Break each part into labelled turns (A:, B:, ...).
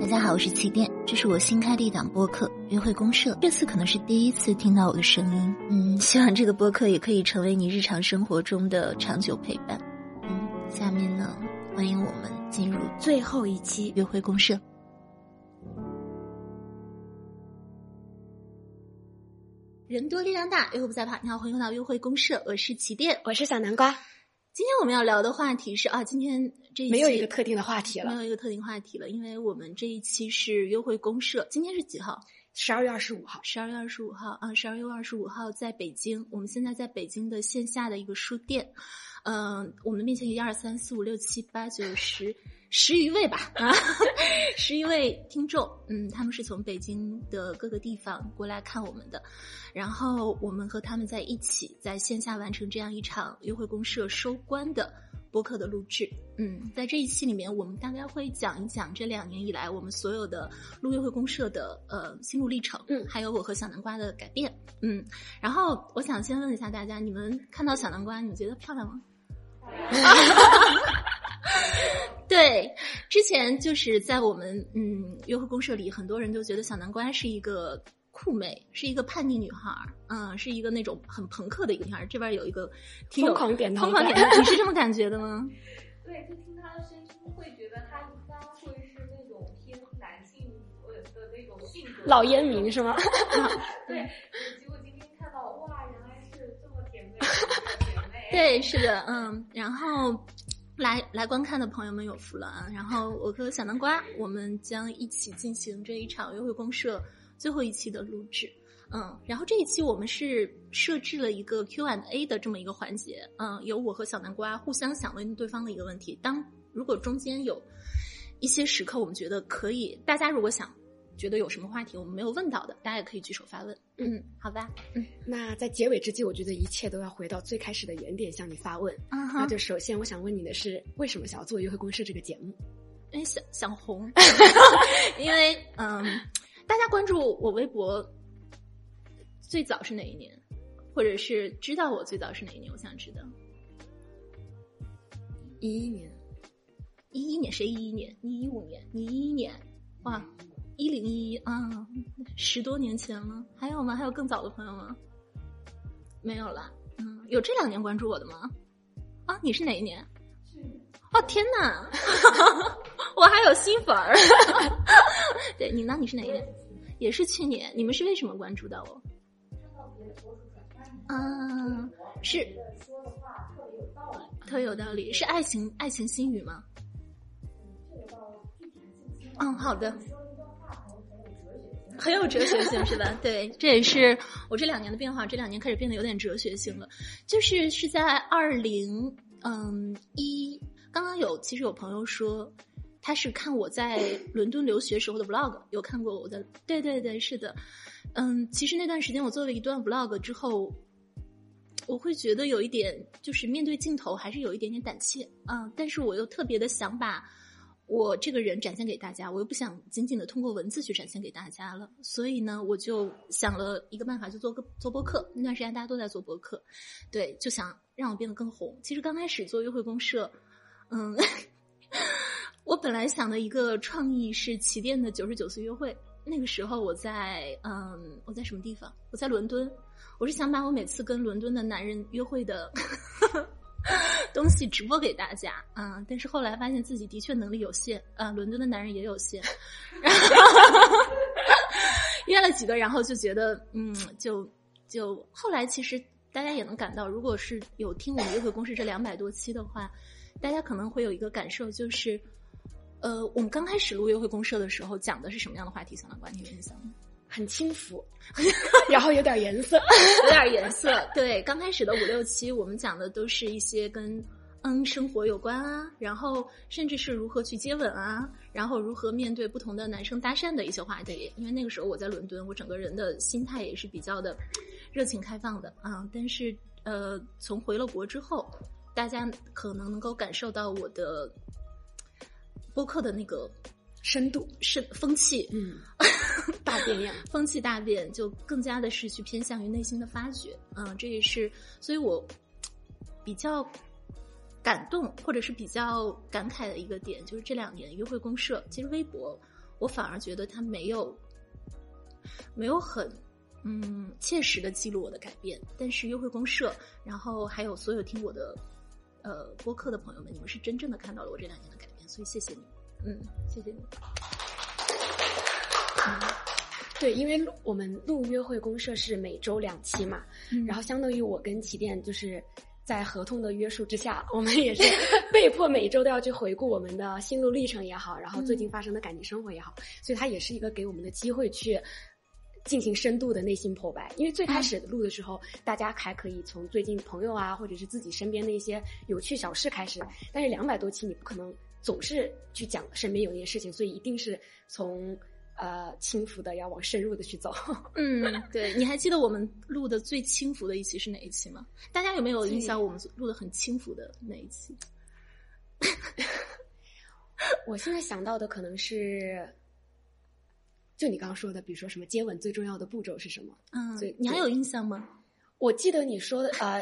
A: 大家好，我是起点，这是我新开的一档播客《约会公社》。这次可能是第一次听到我的声音，嗯，希望这个播客也可以成为你日常生活中的长久陪伴。嗯，下面呢，欢迎我们进入最后一期《约会公社》。人多力量大，约会不在怕。你好，欢迎回到约会公社，我是起点。
B: 我是小南瓜，
A: 今天我们要聊的话题是啊，今天这一期嗯
B: 没有一个特定的话题
A: 没
B: 了。
A: 有一个特定话题了，因为我们这一期是约会公社。今天是几号？
B: 十二月二十五号，
A: 十二月二十五号啊，十二月二十五号在北京，我们现在在北京的线下的一个书店，嗯、我们面前有一二三四五六七八九十十余位吧啊， 十余位听众，嗯，他们是从北京的各个地方过来看我们的，然后我们和他们在一起在线下完成这样一场约会公社收官的。播客的录制，嗯，在这一期里面，我们大概会讲一讲这两年以来我们所有的录约会公社的呃心路历程，
B: 嗯
A: 还有我和小南瓜的改变，嗯，然后我想先问一下大家，你们看到小南瓜，你们觉得漂亮 吗？对，之前就是在我们嗯约会公社里，很多人就觉得小南瓜是一个酷妹，是一个叛逆女孩儿，嗯，是一个那种很朋克的一个女孩儿。这边有一个听友
B: 疯狂点头
A: 疯狂点
B: 赞
A: 头，你是这么感觉的吗？
C: 对，就听他的声音，会觉得他应该会是那种偏男性呃的那种性格。
B: 老烟民 是吗？
A: 嗯
C: 对，结果今天看到，哇，原来是这么甜 美的一个姐妹。
A: 对，是的，嗯，然后来来观看的朋友们有福了啊！然后我和小南瓜，我们将一起进行这一场约会公社最后一期的录制。嗯，然后这一期我们是设置了一个 Q&A 的这么一个环节，嗯，由我和小南瓜互相想问对方的一个问题。当如果中间有一些时刻，我们觉得可以，大家如果想觉得有什么话题我们没有问到的，大家也可以举手发问。嗯，好吧，
B: 那在结尾之际，我觉得一切都要回到最开始的原点，向你发问。
A: 啊
B: 那就首先我想问你的是，为什么想要做《约会公社》这个节目？
A: 因哎为想想红，因为嗯，大家关注我微博最早是哪一年，或者是知道我最早是哪一年？我想知道
B: 一一年，
A: 一一年谁一一年？你一五年，你一一年，哇，一零一一啊，十多年前了。还有吗？还有更早的朋友吗？没有了。嗯，有这两年关注我的吗？啊，你是哪一年？哦天哪， 我还有新粉儿。 对你呢？你是哪一年？也是去年。你们是为什么关注到我？嗯，是特别有道理，是爱情爱情心语吗？嗯，好的。很有哲学性是吧？对，这也是我这两年的变化。这两年开始变得有点哲学性了，就是是在二零嗯一，刚刚有其实有朋友说，他是看我在伦敦留学时候的 vlog，有看过我的，对对对，是的，嗯，其实那段时间我做了一段 vlog 之后，我会觉得有一点，就是面对镜头还是有一点点胆怯，嗯，但是我又特别的想把我这个人展现给大家，我又不想仅仅的通过文字去展现给大家了，所以呢，我就想了一个办法，就做个做播客。那段时间大家都在做播客，对，就想让我变得更红。其实刚开始做约会公社，嗯， 我本来想的一个创意是起点的九十九次约会。那个时候我在嗯，我在什么地方？我在伦敦。我是想把我每次跟伦敦的男人约会的 东西直播给大家啊、但是后来发现自己的确能力有限啊、伦敦的男人也有限， 然后约了几个，然后就觉得嗯，就就后来其实大家也能感到，如果是有听我们约会公式这两百多期的话，大家可能会有一个感受就是。呃，我们刚开始录约会公社的时候讲的是什么样的话题？小南瓜，你有印象吗？
B: 很 轻浮，然后有点颜色。
A: 有点颜色。对，刚开始的五六期，我们讲的都是一些跟嗯生活有关啊，然后甚至是如何去接吻啊，然后如何面对不同的男生搭讪的一些话题。因为那个时候我在伦敦，我整个人的心态也是比较的热情开放的啊。但是呃，从回了国之后，大家可能能够感受到我的播客的那个
B: 深度，
A: 是风气，
B: 嗯，大变样。
A: 风气大变，就更加的是去偏向于内心的发掘。嗯，这也是，所以我比较感动或者是比较感慨的一个点，就是这两年约会公社，其实微博我反而觉得它没有没有很嗯切实的记录我的改变，但是约会公社，然后还有所有听我的呃播客的朋友们，你们是真正的看到了我这两年的改变，所以谢谢你们，嗯，谢谢你们。
B: 对，因为录我们录约会公社是每周两期嘛，
A: 嗯
B: 然后相当于我跟起点就是在合同的约束之下，我们也是被迫每周都要去回顾我们的心路历程也好，然后最近发生的感情生活也好，所以它也是一个给我们的机会去。进行深度的内心剖白，因为最开始录的时候，大家还可以从最近朋友啊，或者是自己身边的一些有趣小事开始。但是两百多期，你不可能总是去讲身边有那些事情，所以一定是从呃轻浮的要往深入的去走。
A: 嗯，对，你还记得我们录的最轻浮的一期是哪一期吗？大家有没有印象？
B: 最
A: 我们录的很轻浮的那一期？
B: 我现在想到的可能是，就你刚刚说的，比如说什么接吻最重要的步骤是什么？
A: 嗯
B: 最，
A: 你还有印象吗？
B: 我记得你说的呃，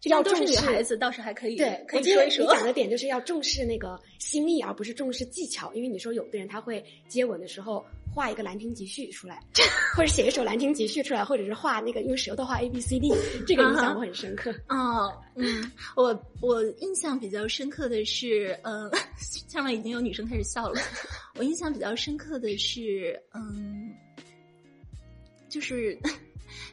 A: 这样
B: 要
A: 都是
B: 重
A: 女
B: 视
A: 孩子，倒是还可以，
B: 对，
A: 可
B: 我
A: 以
B: 记
A: 说
B: 得
A: 一说
B: 你。讲的点就是要重视那个心意，而不是重视技巧。因为你说有的人他会接吻的时候画一个《兰亭集序》出来，或者写一首《兰亭集序》出来，或者是画那个用舌头画 A B C D，这个
A: 啊
B: 印象我很深刻。
A: 哦，嗯，我我印象比较深刻的是，嗯，下面已经有女生开始笑了。 我印象比较深刻的是，嗯，就是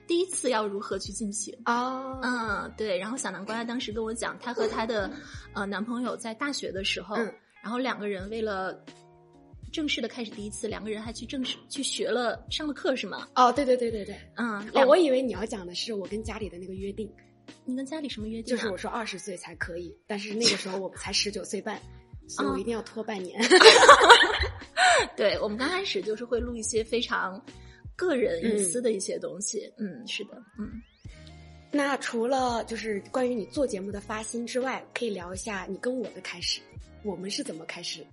A: 第一次要如何去进行。
B: 哦
A: 嗯，对。然后小南瓜当时跟我讲，她和她的呃男朋友在大学的时候，
B: 嗯
A: 然后两个人为了正式的开始第一次，两个人还去正式去学了上了课是吗？
B: 哦，对对对对对。
A: 嗯，
B: 哦，
A: 两
B: 我以为你要讲的是我跟家里的那个约定，
A: 你跟家里什么约定、
B: 就
A: 啊？
B: 是我说二十岁才可以，但是那个时候我才十九岁半，所以我一定要拖半年。
A: 对我们刚开始就是会录一些非常个人
B: 嗯
A: 隐私的一些东西。嗯是的，嗯
B: 那除了就是关于你做节目的发心之外，可以聊一下你跟我的开始，我们是怎么开始？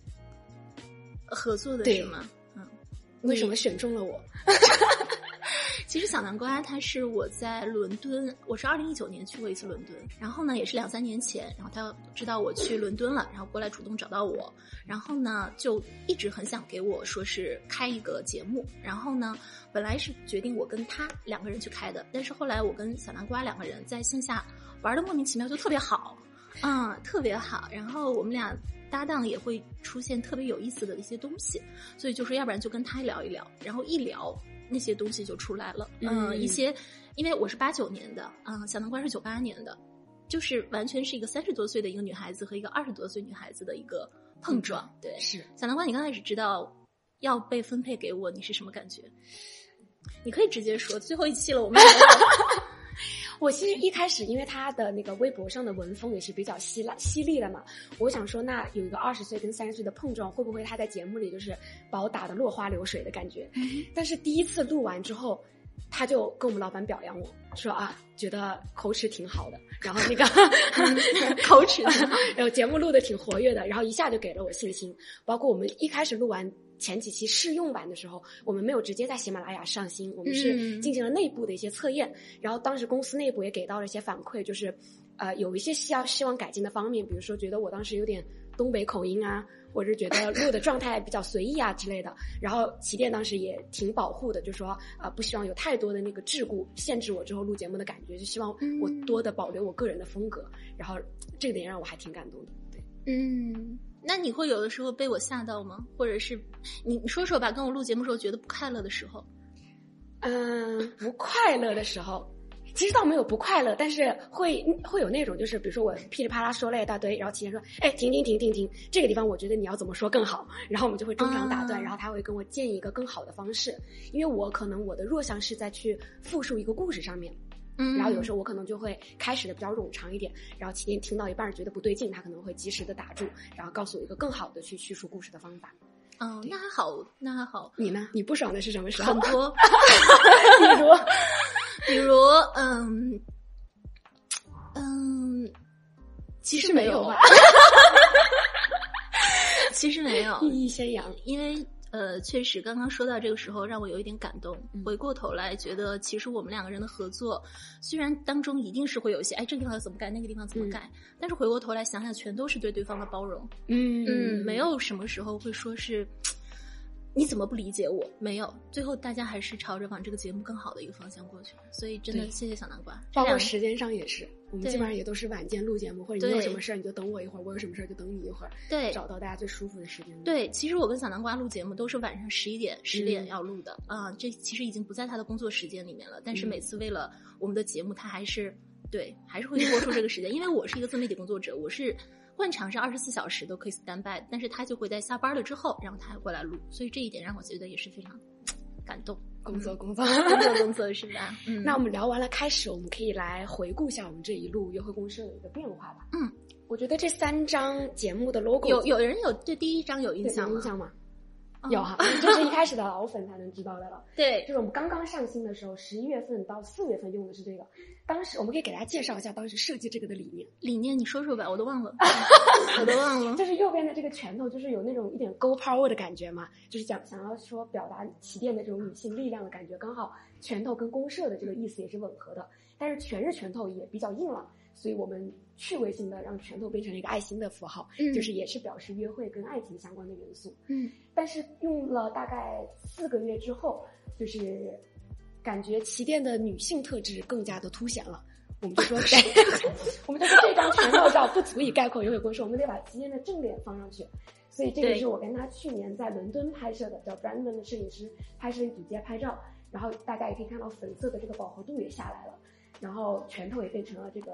A: 合作的
B: 对
A: 是吗？嗯，
B: 为什
A: 你
B: 么选中了我？
A: 其实小南瓜他是我在伦敦，我是二零一九年去过一次伦敦，然后呢也是两三年前，然后他知道我去伦敦了，然后过来主动找到我，然后呢就一直很想给我说是开一个节目，然后呢本来是决定我跟他两个人去开的，但是后来我跟小南瓜两个人在线下玩的莫名其妙就特别好，嗯，特别好，然后我们俩搭档也会出现特别有意思的一些东西，所以就说要不然就跟他聊一聊，然后一聊那些东西就出来了。嗯，
B: 嗯
A: 一些因为我是八九年的，嗯，小南瓜是九八年的，就是完全是一个三十多岁的一个女孩子和一个二十多岁女孩子的一个碰撞。对，
B: 是
A: 小南瓜，你刚开始知道要被分配给我，你是什么感觉？你可以直接说，最后一期了，我们
B: 我其实一开始，因为他的那个微博上的文风也是比较犀利犀利的嘛，我想说，那有一个二十岁跟三十岁的碰撞，会不会他在节目里就是把我打得落花流水的感觉？但是第一次录完之后，他就跟我们老板表扬我说啊，觉得口齿挺好的，然后那个
A: 嗯口齿挺好
B: 然后节目录的挺活跃的，然后一下就给了我信心。包括我们一开始录完前几期试用版的时候，我们没有直接在喜马拉雅上新，我们是
A: 嗯
B: 进行了内部的一些测验，然后当时公司内部也给到了一些反馈，就是呃有一些需要希望改进的方面，比如说觉得我当时有点东北口音啊，或者是觉得录的状态比较随意啊之类的。然后起点当时也挺保护的，就说啊、呃不希望有太多的那个桎梏限制我之后录节目的感觉，就希望我
A: 嗯
B: 多的保留我个人的风格。然后这点让我还挺感动的。对，
A: 嗯，那你会有的时候被我吓到吗？或者是你你说说吧，跟我录节目时候觉得不快乐的时候，
B: 嗯，不快乐的时候，其实倒没有不快乐，但是会会有那种就是，比如说我噼里啪啦说了一大堆，然后提前说，哎，停停停停停，这个地方我觉得你要怎么说更好，然后我们就会中场打断，
A: 啊
B: 然后他会跟我建议一个更好的方式，因为我可能我的弱项是在去复述一个故事上面，
A: 嗯
B: 然后有时
A: 候
B: 候我可能就会开始的比较冗长一点，然后起点听到一半儿觉得不对劲，他可能会及时的打住，然后告诉我一个更好的去叙述故事的方法。
A: 嗯，那还好，那还 好，
B: 你呢？你不爽的是什么时候
A: 很？多，
B: 比如。
A: 比如嗯嗯，其
B: 其
A: 实
B: 实
A: 没
B: 没有吧？
A: 其实没有，
B: 意义先扬。
A: 因为呃，确实刚刚说到这个时候，让我有一点感动。
B: 嗯
A: 回过头来，觉得其实我们两个人的合作，虽然当中一定是会有一些，哎，这个地方怎么改，那个地方怎么
B: 嗯
A: 改，但是回过头来想想，全都是对对方的包容。
B: 嗯
A: 嗯，没有什么时候会说是你怎么不理解我，没有。最后大家还是朝着往这个节目更好的一个方向过去，所以真的
B: 对
A: 谢谢小南瓜。这
B: 包括
A: 两
B: 时间上也是，我们
A: 对
B: 基本上也都是晚间录节目，或者你有
A: 对
B: 什么事儿你就等我一会儿，我有什么事儿就等你一会儿，
A: 对
B: 找到大家最舒服的时间。，
A: 对，其实我跟小南瓜录节目都是晚上十一点、十点
B: 嗯
A: 要录的啊、这其实已经不在他的工作时间里面了。但是
B: 嗯
A: 每次为了我们的节目，他还是对还是会播出这个时 间，因为我是一个自媒体工作者，我是惯常是二十四小时都可以 stand by，但是他就会在下班了之后，然后他还过来录，所以这一点让我觉得也是非常感 动。
B: 工作工作。
A: 工作工作是吧？嗯，
B: 那我们聊完了开始，我们可以来回顾一下我们这一路约会公社有一个变化吧。
A: 嗯，
B: 我觉得这三张节目的 logo
A: 有有人有对第一章有印
B: 印
A: 象
B: 象
A: 吗
B: 印？象吗？
A: 嗯
B: 有哈，这是一开始的老粉才能知道的了。
A: 对
B: 就是我们刚刚上新的时候，十一月份到四月份用的是这个。当时我们可以给大家介绍一下当时设计这个的理念。
A: 理念，你说说吧，我都 忘了，我都忘了。
B: 就是右边的这个拳头，就是有那种一点 girl power 的感觉嘛，就是想想要说表达起点的这种女性力量的感觉，刚好拳头跟公社的这个意思也是吻合的。但是全是拳头也比较硬朗，所以我们趣味性的让拳头变成了一个爱心的符号，
A: 嗯
B: 就是也是表示约会跟爱情相关的元素。
A: 嗯，
B: 但是用了大概四个月之后，就是感觉旗店的女性特质更加的凸显了。我们就说， 我们就说这张全套照不足以概括约会公社，我们得把旗舰的正脸放上去。所以这个
A: 对
B: 是我跟他去年在伦敦拍摄的，叫 Brandon 的摄影师拍摄一组街拍照，然后大家也可以看到粉色的这个饱和度也下来了，然后拳头也变成了这个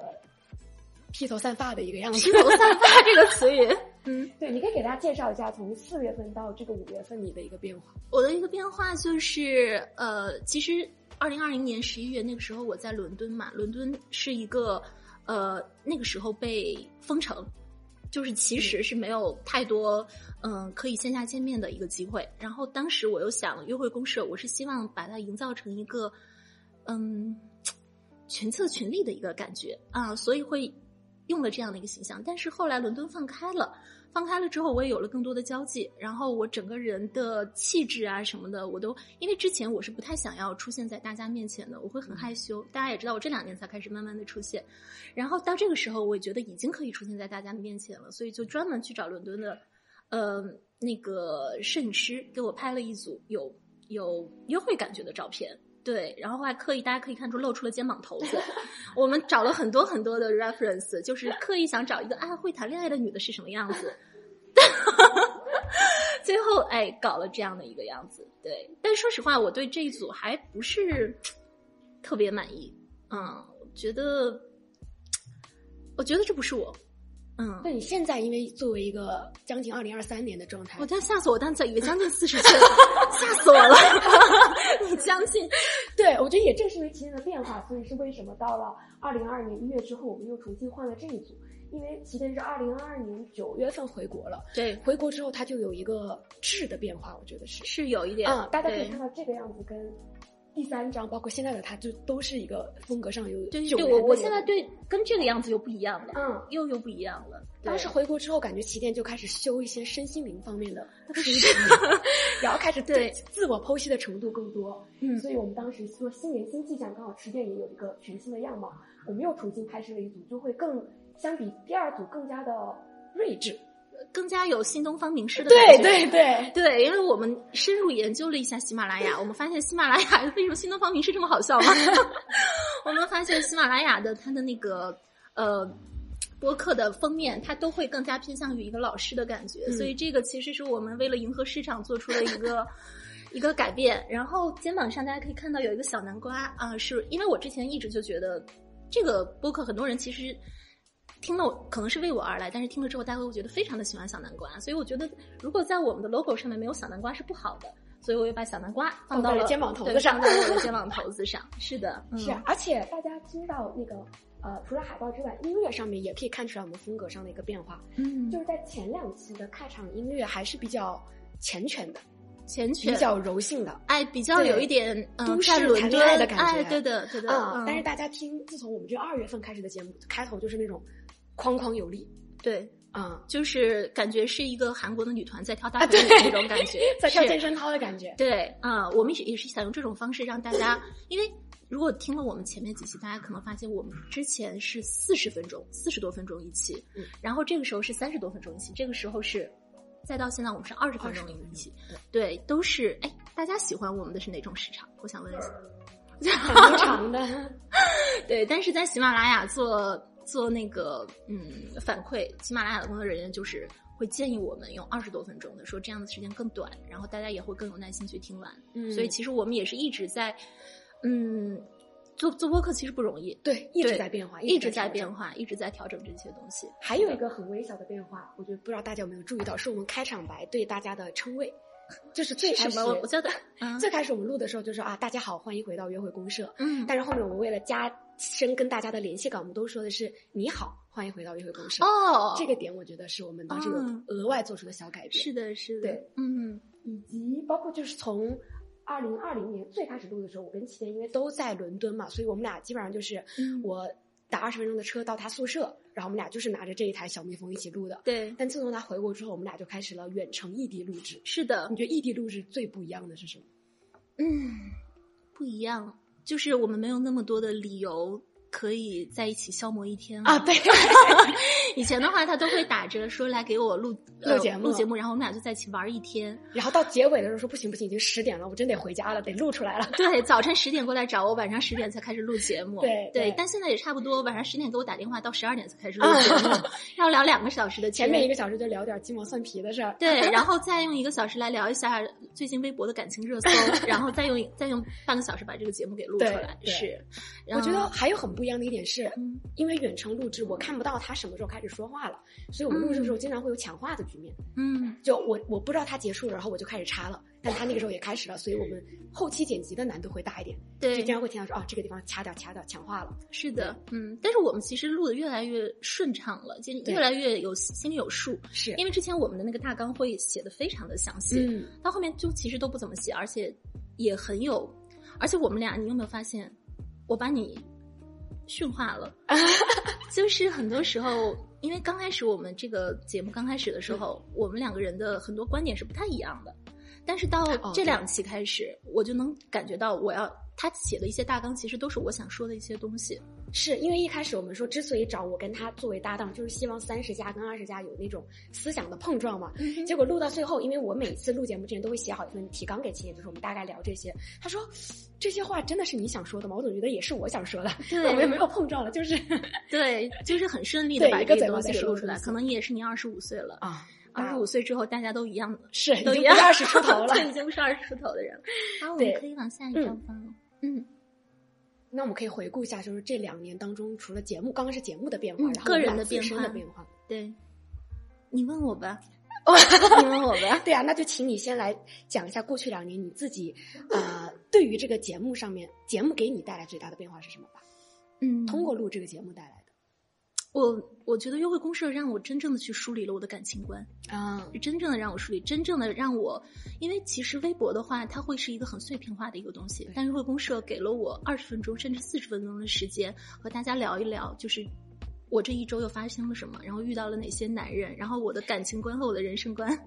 B: 披头散发的一个样子。
A: 披头散发这个词 语，嗯，
B: 对，你可以给大家介绍一下从四月份到这个五月份你的一个变化。
A: 我的一个变化就是，呃，其实二零二零年十一月那个时候我在伦敦嘛，伦敦是一个，呃，那个时候被封城，就是其实是没有太多，嗯、可以线下见面的一个机会。然后当时我又想，约会公社，我是希望把它营造成一个，嗯，群策群力的一个感觉啊，所以会用了这样的一个形象。但是后来伦敦放开了。放开了之后，我也有了更多的交际，然后我整个人的气质啊什么的，我都因为之前我是不太想要出现在大家面前的，我会很害羞。大家也知道，我这两年才开始慢慢的出现，然后到这个时候，我也觉得已经可以出现在大家的面前了，所以就专门去找伦敦的，呃，那个摄影师给我拍了一组有有约会感觉的照片。对，然后还刻意，大家可以看出露出了肩膀头子。我们找了很多很多的 reference，就是刻意想找一个爱会谈恋爱的女的是什么样子。 最后哎，搞了这样的一个样子。对，但说实话，我对这一组还不是特别满意。嗯，我觉得，我觉得这不是我。嗯，
B: 那你现在因为作为一个将近二零二三年的状态，
A: 我当时吓死我，当时以为将近四十岁了，吓死我 了。你将近
B: 对我觉得也正是因为旗舰的变化，所以是为什么到了二零二二年一月之后，我们又重新换了这一组，因为旗舰是二零二二年九月份回国了，
A: 对，
B: 回国之后它就有一个质的变化，我觉得是，
A: 是有一点。
B: 嗯，大家可以
A: 对
B: 看到这个样子跟第三张，包括现在的它，就都是一个风格上有
A: 对
B: 九
A: 对，
B: 年
A: 我
B: 的
A: 我
B: 这
A: 现在
B: 个
A: 对跟这个样子又不一样了，
B: 嗯。
A: 又又不一样了。对
B: 当时回国之后，感觉旗舰就开始修一些身心灵方 面的书籍，然后开始
A: 对
B: 自我剖析的程度更多。
A: 嗯
B: 所以我们当时说新年新气象，刚好旗舰也有一个全新的样貌，我们又重新拍摄了一组，就会更相比第二组更加的睿智。
A: 更加有新东方名师的
B: 对
A: 感觉
B: 对对，
A: 对，因为我们深入研究了一下喜马拉雅，我们发现喜马拉雅 为什么新东方名师这么好笑吗？我们发现喜马拉雅的它的那个呃播客的封面，它都会更加偏向于一个老师的感觉，
B: 嗯
A: 所以这个其实是我们为了迎合市场做出了一个一个改变。然后肩膀上大家可以看到有一个小南瓜啊、是因为我之前一直就觉得这个播客很多人其实。听了可能是为我而来，但是听了之后，大家会觉得非常的喜欢小南瓜，所以我觉得如果在我们的 logo 上面没有小南瓜是不好的，所以我又把小南瓜放到
B: 放在
A: 了
B: 肩膀头
A: 对
B: 子上
A: 放到了我的肩膀头子上。是的，嗯、
B: 是啊，而且大家听到那个呃，除了海报之外，音乐上面也可以看出来我们风格上的一个变化。
A: 嗯，
B: 就是在前两期的开场音乐还是比较缱绻的，
A: 前
B: 比
A: 犬
B: 较柔性的。
A: 哎，比较有一点嗯，
B: 都市
A: 在伦
B: 谈
A: 敦
B: 恋爱的感觉
A: 哎，对的，对的。
B: 啊、
A: 嗯
B: 但是大家听，自从我们这二月份开始的节目，开头就是那种哐哐有力
A: 对
B: 啊，
A: 就是感觉是一个韩国的女团在跳大
B: 啊
A: 腿舞
B: 对
A: 那种感觉
B: ，在跳
A: 是
B: 健身操的感觉。
A: 对，啊、我们也也是想用这种方式让大家，因为如果听了我们前面几期，大家可能发现我们之前是四十分钟、四十多分钟一期，
B: 嗯
A: 然后这个时候是三十多分钟一期，这个时候是。再到现在，我们是二十分钟一期，对，都是哎，大家喜欢我们的是哪种时长？我想问一下。
B: 很长 的，
A: 对，但是在喜马拉雅做做那个嗯反馈，喜马拉雅的工作人员就是会建议我们用二十多分钟的，说这样的时间更短，然后大家也会更有耐心去听完。
B: 嗯
A: 所以其实我们也是一直在，嗯，做做播客其实不容易，
B: 对一直
A: 对
B: 在变化，
A: 一
B: 直
A: 直在
B: 调整
A: 变。化，一直在调整这些东西。
B: 还有一个很微小的变化，我觉得不知道大家有没有注意到，是我们开场白对大家的称谓，就是最开
A: 什
B: 始
A: 么？我我觉得， 嗯
B: 最开始我们录的时候就说啊，大家好，欢迎回到约会公社。
A: 嗯，
B: 但是后面我们为了加深跟大家的联系感，我们都说的是你好，欢迎回到约会公社。
A: 哦，
B: 这个点我觉得是我们当时有
A: 嗯
B: 额外做出的小改变，
A: 是的，是的，
B: 对，
A: 嗯，
B: 以及包括就是从。二零二零年最开始录的时候，我跟齐天因为都在伦敦嘛，所以我们俩基本上就是
A: 嗯
B: 我打二十分钟的车到他宿舍，然后我们俩就是拿着这一台小蜜蜂一起录的。
A: 对，
B: 但自从他回国之后，我们俩就开始了远程异地录制。
A: 是的
B: 你，觉得异地录制最不一样的是什么？
A: 嗯，不一样，就是我们没有那么多的理由可以在一起消磨一天了
B: 啊，。对，
A: 以前的话，他都会打着说来给我录呃
B: 录节目
A: 录节目，然后我们俩就在一起玩一天。
B: 然后到结尾的时候说不行不行，已经十点了，我真得回家了，得录出 来了。
A: 对，早晨十点过来找我，晚上十点才开始录节目。
B: 对对
A: 对，但现在也差不多，晚上十点给我打电话，到十二点才开始录
B: 啊
A: 节 目，要聊两个小时的
B: 前面一
A: 个。
B: 个小时就聊点鸡毛蒜皮的事儿。
A: 对，然后再用一个小时来聊一下最近微博的感情热搜，然后再用再用半个小时把这个节目给录出
B: 对
A: 来。
B: 对
A: 是，
B: 我觉得还有很不一样的一点是，
A: 嗯，
B: 因为远程录制，我看不到他什么时候开始说话了，所以我们录制的时候经常会有抢话的局面。
A: 嗯
B: 就我我不知道他结束了，然后我就开始插了，但他那个时候也开始了，所以我们后期剪辑的难度会大一点，
A: 嗯，对
B: 就，经常会听到说哦这个地方掐掉掐掉抢话了。
A: 是的，嗯，但是我们其实录的越来越顺畅了，就
B: 对
A: 越来越有心里有数，
B: 是
A: 因为之前我们的那个大纲会写的非常的详细，
B: 嗯，
A: 到后面就其实都不怎么写，而且也很有，而且我们俩，你有没有发现，我把你驯化 了，就是很多时候，因为刚开始我们这个节目刚开始的时候，
B: 嗯
A: 我们两个人的很多观点是不太一样的，但是到
B: 哦对
A: 这两期开始，我就能感觉到我要他写的一些大纲，其实都是我想说的一些东西，
B: 是因为一开始我们说，之所以找我跟他作为搭档，就是希望三十加跟二十加有那种思想的碰撞嘛。
A: 嗯
B: 结果录到最后，因为我每次录节目之前都会写好一份提纲给秦姐，就是我们大概聊这些。他说这些话真的是你想说的吗？我总觉得也是我想说的，
A: 对
B: 我们也没有碰撞了，就是
A: 对，就是很顺利的
B: 对
A: 把
B: 一个
A: 这个
B: 嘴巴
A: 东西
B: 在
A: 给
B: 说
A: 录
B: 的
A: 出来。
B: 东西
A: 可能也是你二十五岁了，
B: 啊，
A: 二十五岁之后大家都一样 的，
B: 是已
A: 都
B: 经
A: 一
B: 不
A: 样
B: 是二十出头了。
A: 对，已经不是二十出头的人 了。好，我
B: 对
A: 们可以往下一条
B: 嗯
A: 翻了。嗯，
B: 那我们可以回顾一下，就是这两年当中，除了节目，刚刚是节目的变化，
A: 嗯
B: 然后
A: 个
B: 我们
A: 人
B: 俩
A: 的
B: 自
A: 变
B: 身
A: 化
B: 的变化。
A: 对，你问我吧，你问我 吧。
B: 对啊，那就请你先来讲一下过去两年你自己，呃，对于这个节目上面，节目给你带来最大的变化是什么吧？
A: 嗯，
B: 通过录这个节目带来
A: 我，我觉得约会公社让我真正的去梳理了我的感情观，
B: 的啊，
A: 是真正的让我梳理，真正的让我，因为其实微博的话，它会是一个很碎片化的一个东西
B: 对，
A: 但是会公社给了我二十分钟甚至四十分钟的时间，和大家聊一聊，就是我这一周又发生了什么，然后遇到了哪些男人，然后我的感情观和我的人生观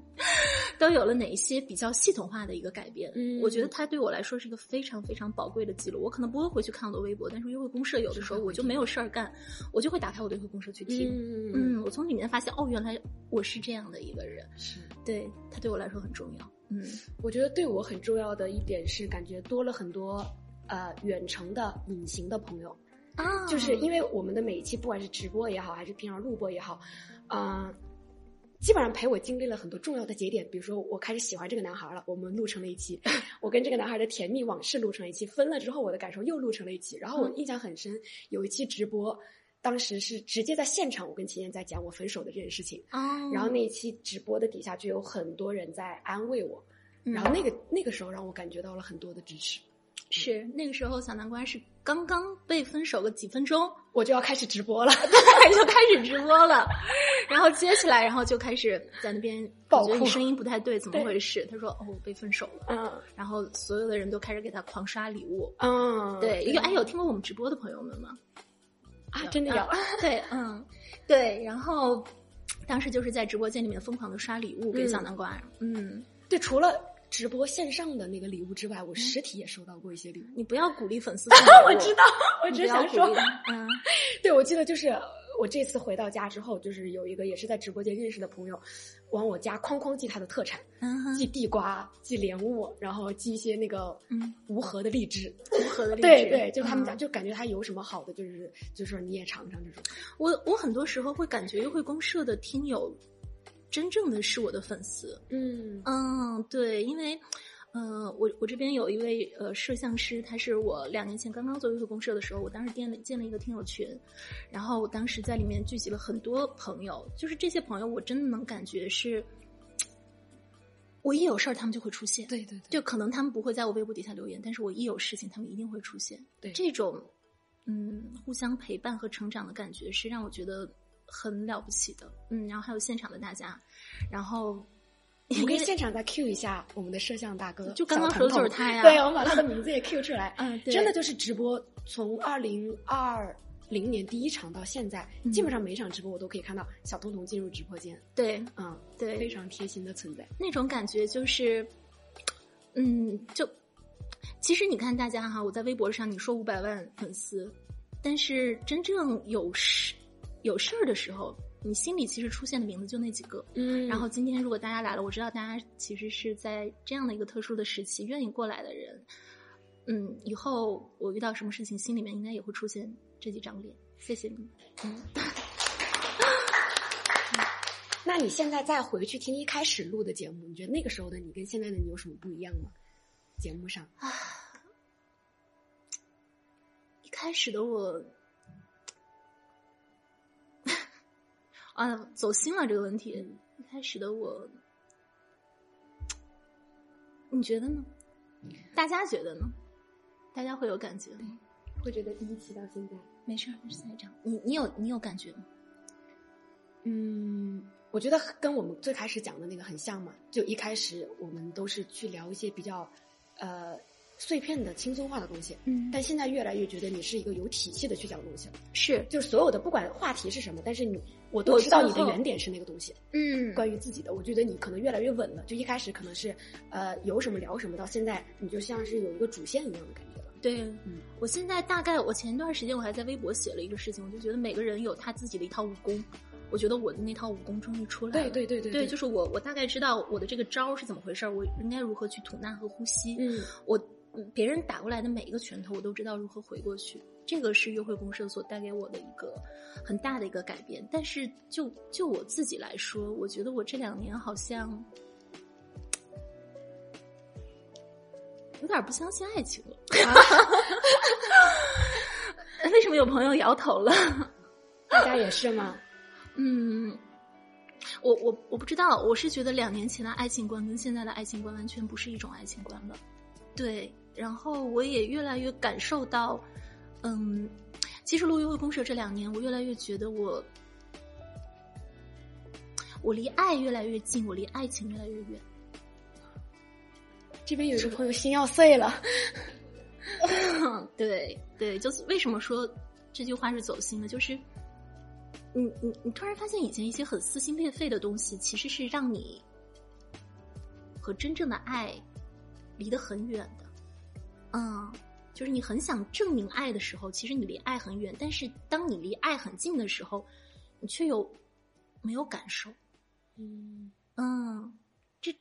A: 都有了哪一些比较系统化的一个改变。
B: 嗯
A: 我觉得它对我来说是一个非常非常宝贵的记录。我可能不会回去看我的微博，但是约会公社有的时候我就没有事儿干，我就会打开我的约会公社去听。
B: 嗯嗯，
A: 嗯，我从里面发现，哦，原来我是这样的一个人。
B: 是。
A: 对它对我来说很重要。嗯，
B: 嗯我觉得对我很重要的一点是，感觉多了很多呃远程的隐形的朋友，
A: 啊
B: 就是因为我们的每一期，不管是直播也好，还是平常录播也好，呃，基本上陪我经历了很多重要的节点。比如说，我开始喜欢这个男孩了，我们录成了 一期；我跟这个男孩的甜蜜往事录成了一期；分了之后我的感受又录成了一期。然后我
A: 嗯
B: 印象很深，有一期直播，当时是直接在现场，我跟秦燕在讲我分手的这件事情。
A: 啊，
B: 然后那一期直播的底下就有很多人在安慰我，
A: 嗯
B: 然后那个那个时候让我感觉到了很多的支持。
A: 是那个时候小南瓜是刚刚被分手个几分钟，
B: 我就要开始直播了，
A: 就开始直播了，然后接下来然后就开始在那边
B: 爆
A: 我觉得
B: 哭
A: 你声音不太对，怎么
B: 对
A: 回事？他说哦，我被分手了，
B: 嗯
A: 然后所有的人都开始给他狂刷礼物。
B: 嗯，
A: 对，有哎有听过我们直 播的朋友们吗？
B: 啊，真的有，
A: 对，嗯，对，然后当时就是在直播间里面疯狂的刷礼物给小南瓜。嗯，
B: 对，除了直播线上的那个礼物之外，我实体也收到过一些礼物。哦
A: 你不要鼓励粉 丝送礼物。
B: 我知道，我
A: 你
B: 只
A: 不要
B: 想
A: 鼓
B: 说
A: 励，嗯，
B: 对，我记得就是我这次回到家之后，就是有一个也是在直播间认识的朋友，往我家哐哐寄他的特产，
A: 嗯哼
B: 寄地瓜，寄莲雾，然后寄一些那个
A: 嗯
B: 无核的荔枝。
A: 无核的荔枝。
B: 对对，就他们
A: 嗯
B: 家、就感觉他有什么好的，就是就说你也尝尝这种。
A: 我我很多时候会感觉优惠公社的听友，真正的是我的粉丝。
B: 嗯
A: 嗯，对，因为，呃，我我这边有一位呃摄像师，他是我两年前刚刚做优惠公社的时候，我当时建了建了一个听友群，然后我当时在里面聚集了很多朋友，就是这些朋友，我真的能感觉是，我一有事儿他们就会出现。
B: 对对对，
A: 就可能他们不会在我微博底下留言，但是我一有事情，他们一定会出现。
B: 对
A: 这种，嗯，互相陪伴和成长的感觉是让我觉得很了不起的。嗯，然后还有现场的大家，然后
B: 我们可以现场再 Q 一下我们的摄像大哥，
A: 就刚刚
B: 小
A: 说的
B: 彤
A: 就是
B: 彤
A: 他呀
B: 对，我们把他的名字也 Q 出来。
A: 嗯，对
B: 真的就是直播，从二零二零年第一场到现在，
A: 嗯
B: 基本上每场直播我都可以看到小彤彤进入直播间，
A: 对
B: 嗯，非
A: 对，
B: 常贴心的存在。
A: 那种感觉就是，嗯，就其实你看大家哈，我在微博上你说五百万粉丝，但是真正有事有事儿的时候，你心里其实出现的名字就那几个。
B: 嗯
A: 然后今天如果大家来了，我知道大家其实是在这样的一个特殊的时期愿意过来的人。嗯，以后我遇到什么事情，心里面应该也会出现这几张脸。谢谢你。
B: 那你现在再回去听一开始录的节目，你觉得那个时候的你跟现在的你有什么不一样吗？节目上，
A: 一开始的我， 啊，走心了这个问题。一开始的我，你觉得呢？大家觉得呢？大家会有感觉吗？
B: 会觉得第一期到现在，
A: 嗯没事儿，没事儿，下一张。你你有你有感觉吗？
B: 嗯，我觉得跟我们最开始讲的那个很像嘛，就一开始我们都是去聊一些比较，呃，碎片的轻松化的东西，
A: 嗯
B: 但现在越来越觉得你是一个有体系的去讲东西了，
A: 是，
B: 就是所有的不管话题是什么，但是你我都
A: 我
B: 知道
A: 最
B: 你的
A: 后
B: 原点是那个东西，
A: 嗯
B: 关于自己的，我觉得你可能越来越稳了。就一开始可能是呃有什么聊什么，到现在你就像是有一个主线一样的感觉了。
A: 对，
B: 嗯
A: 我现在大概，我前段时间我还在微博写了一个事情，我就觉得每个人有他自己的一套武功，我觉得我的那套武功终于出来了。
B: 对对对
A: 对就是我，我大概知道我的这个招儿是怎么回事儿，我应该如何去吐纳和呼吸。
B: 嗯，
A: 我嗯别人打过来的每一个拳头，我都知道如何回过去。这个是约会公社所带给我的一个很大的一个改变。但是就就我自己来说，我觉得我这两年好像有点不相信爱情 了。 为什么有朋友摇头了？
B: 大家也是 吗？
A: 嗯，我我我不知道，我是觉得两年前的爱情观跟现在的爱情观完全不是一种爱情观了。对，然后我也越来越感受到，嗯，其实录约会公社这两年，我越来越觉得我，我离爱越来越近，我离爱情越来越远。
B: 这边有一个朋友心要碎了。
A: 对对，就是为什么说这句话是走心的，就是你你你突然发现以前一些很撕心裂肺的东西，其实是让你和真正的爱离得很远的。嗯，就是你很想证明爱的时候，其实你离爱很远；但是当你离爱很近的时候，你却有没有感受？
B: 嗯，
A: 嗯，这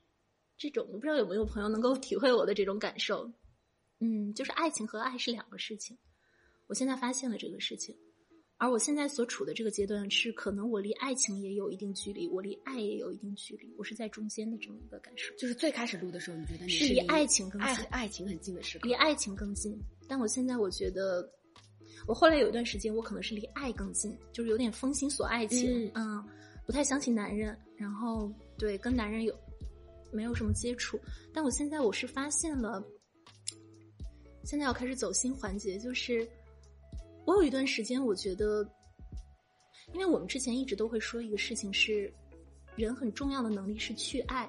A: 这种我不知道有没有朋友能够体会我的这种感受。嗯，就是爱情和爱是两个事情。我现在发现了这个事情，而我现在所处的这个阶段是，可能我离爱情也有一定距离，我离爱也有一定距离，我是在中间的这么一个感受，
B: 就是最开始录的时候，你觉得你
A: 是
B: 是
A: 离爱情更
B: 爱
A: 近，
B: 爱情很近的时刻
A: 离。爱情更近。但我现在我觉得，我后来有一段时间，我可能是离爱更近，就是有点封心锁爱情，嗯不太相信男人，然后对跟男人有没有什么接触。但我现在我是发现了，现在要开始走心环节，就是我有一段时间，我觉得，因为我们之前一直都会说一个事情是，人很重要的能力是去爱，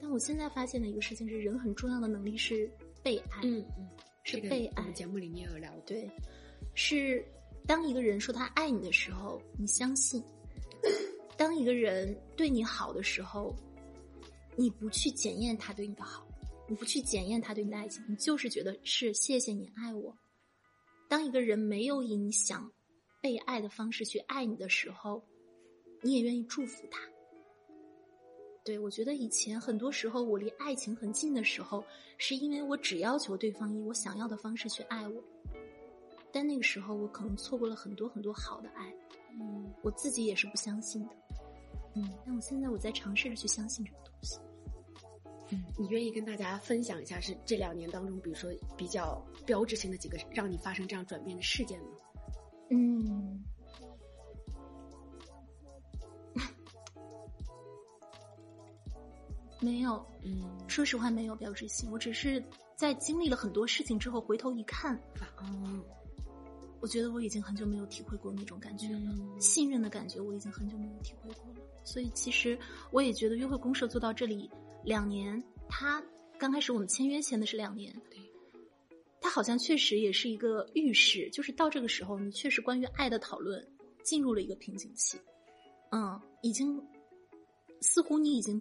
A: 但我现在发现的一个事情是，人很重要的能力是被爱，
B: 嗯嗯，
A: 是
B: 这个
A: 被
B: 我
A: 爱
B: 们。节目里面有聊过。
A: 对，是当一个人说他爱你的时候，你相信；当一个人对你好的时候，你不去检验他对你的好，你不去检验他对你的爱情，你就是觉得是谢谢你爱我。当一个人没有以你想被爱的方式去爱你的时候，你也愿意祝福他。对我觉得以前很多时候我离爱情很近的时候，是因为我只要求对方以我想要的方式去爱我，但那个时候我可能错过了很多很多好的爱。
B: 嗯，
A: 我自己也是不相信的。嗯，但我现在我在尝试着去相信这个东西。
B: 你愿意跟大家分享一下是这两年当中，比如说比较标志性的几个让你发生这样转变的事件吗？
A: 嗯， 没有，
B: 嗯，
A: 说实话没有标志性。我只是在经历了很多事情之后，回头一看，
B: 哦，
A: 我觉得我已经很久没有体会过那种感觉了。
B: 嗯
A: 信任的感觉，我已经很久没有体会过了。所以其实我也觉得约会公社做到这里两年，它刚开始我们签约签的是两年，
B: 对，
A: 它好像确实也是一个预示，就是到这个时候，你确实关于爱的讨论进入了一个瓶颈期，嗯，已经似乎你已经。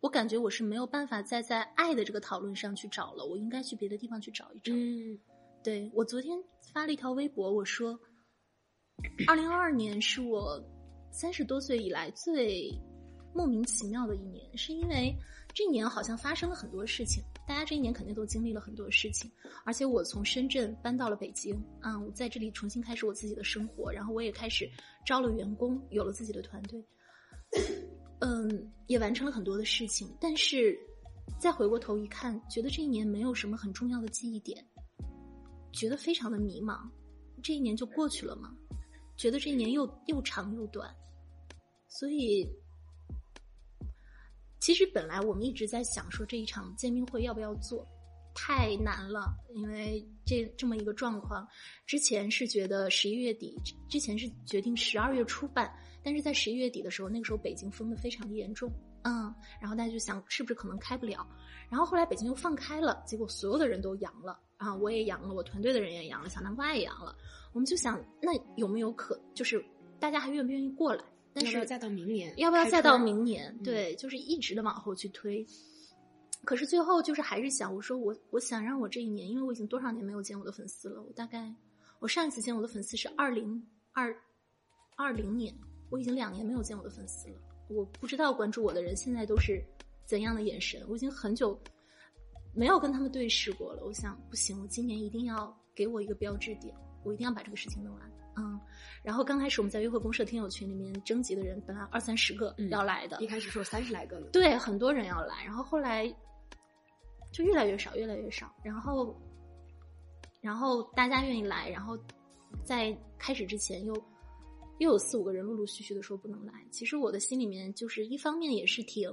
A: 我感觉我是没有办法再在爱的这个讨论上去找了，我应该去别的地方去找一找。
B: 嗯，
A: 对我昨天发了一条微博，我说，二零二二年是我三十多岁以来最莫名其妙的一年，是因为这一年好像发生了很多事情，大家这一年肯定都经历了很多事情，而且我从深圳搬到了北京，啊、我在这里重新开始我自己的生活，然后我也开始招了员工，有了自己的团队，嗯，也完成了很多的事情，但是再回过头一看，觉得这一年没有什么很重要的记忆点。觉得非常的迷茫，这一年就过去了吗？觉得这一年又又长又短，所以其实本来我们一直在想说这一场见面会要不要做，太难了，因为这这么一个状况，之前是觉得十一月底，之之前是决定十二月初办，但是在十一月底的时候，那个时候北京封的非常的严重，嗯，然后大家就想是不是可能开不了，然后后来北京又放开了，结果所有的人都阳了啊，我也阳了，我团队的人也阳了，小南瓜也阳了。我们就想，那有没有可就是大家还愿不愿意过来？但
B: 要不
A: 是
B: 要再到明年？
A: 要不要
B: 开
A: 再到
B: 春？
A: 明年
B: 嗯？
A: 对，就是一直的往后去推。可是最后就是还是想，我说我我想让我这一年，因为我已经多少年没有见我的粉丝了，我大概我上一次见我的粉丝是二零二二零年，我已经两年没有见我的粉丝了。我不知道关注我的人现在都是怎样的眼神，我已经很久没有跟他们对视过了。我想不行，我今年一定要给我一个标志点，我一定要把这个事情弄完。嗯，然后刚开始我们在约会公社听友群里面征集的人，本来二三十个
B: 嗯
A: 要来的，
B: 一开始说三十来个呢。
A: 对，很多人要来，然后后来就越来越少，越来越少，然后然后大家愿意来，然后在开始之前又又有四五个人陆陆续续的说不能来。其实我的心里面就是一方面也是挺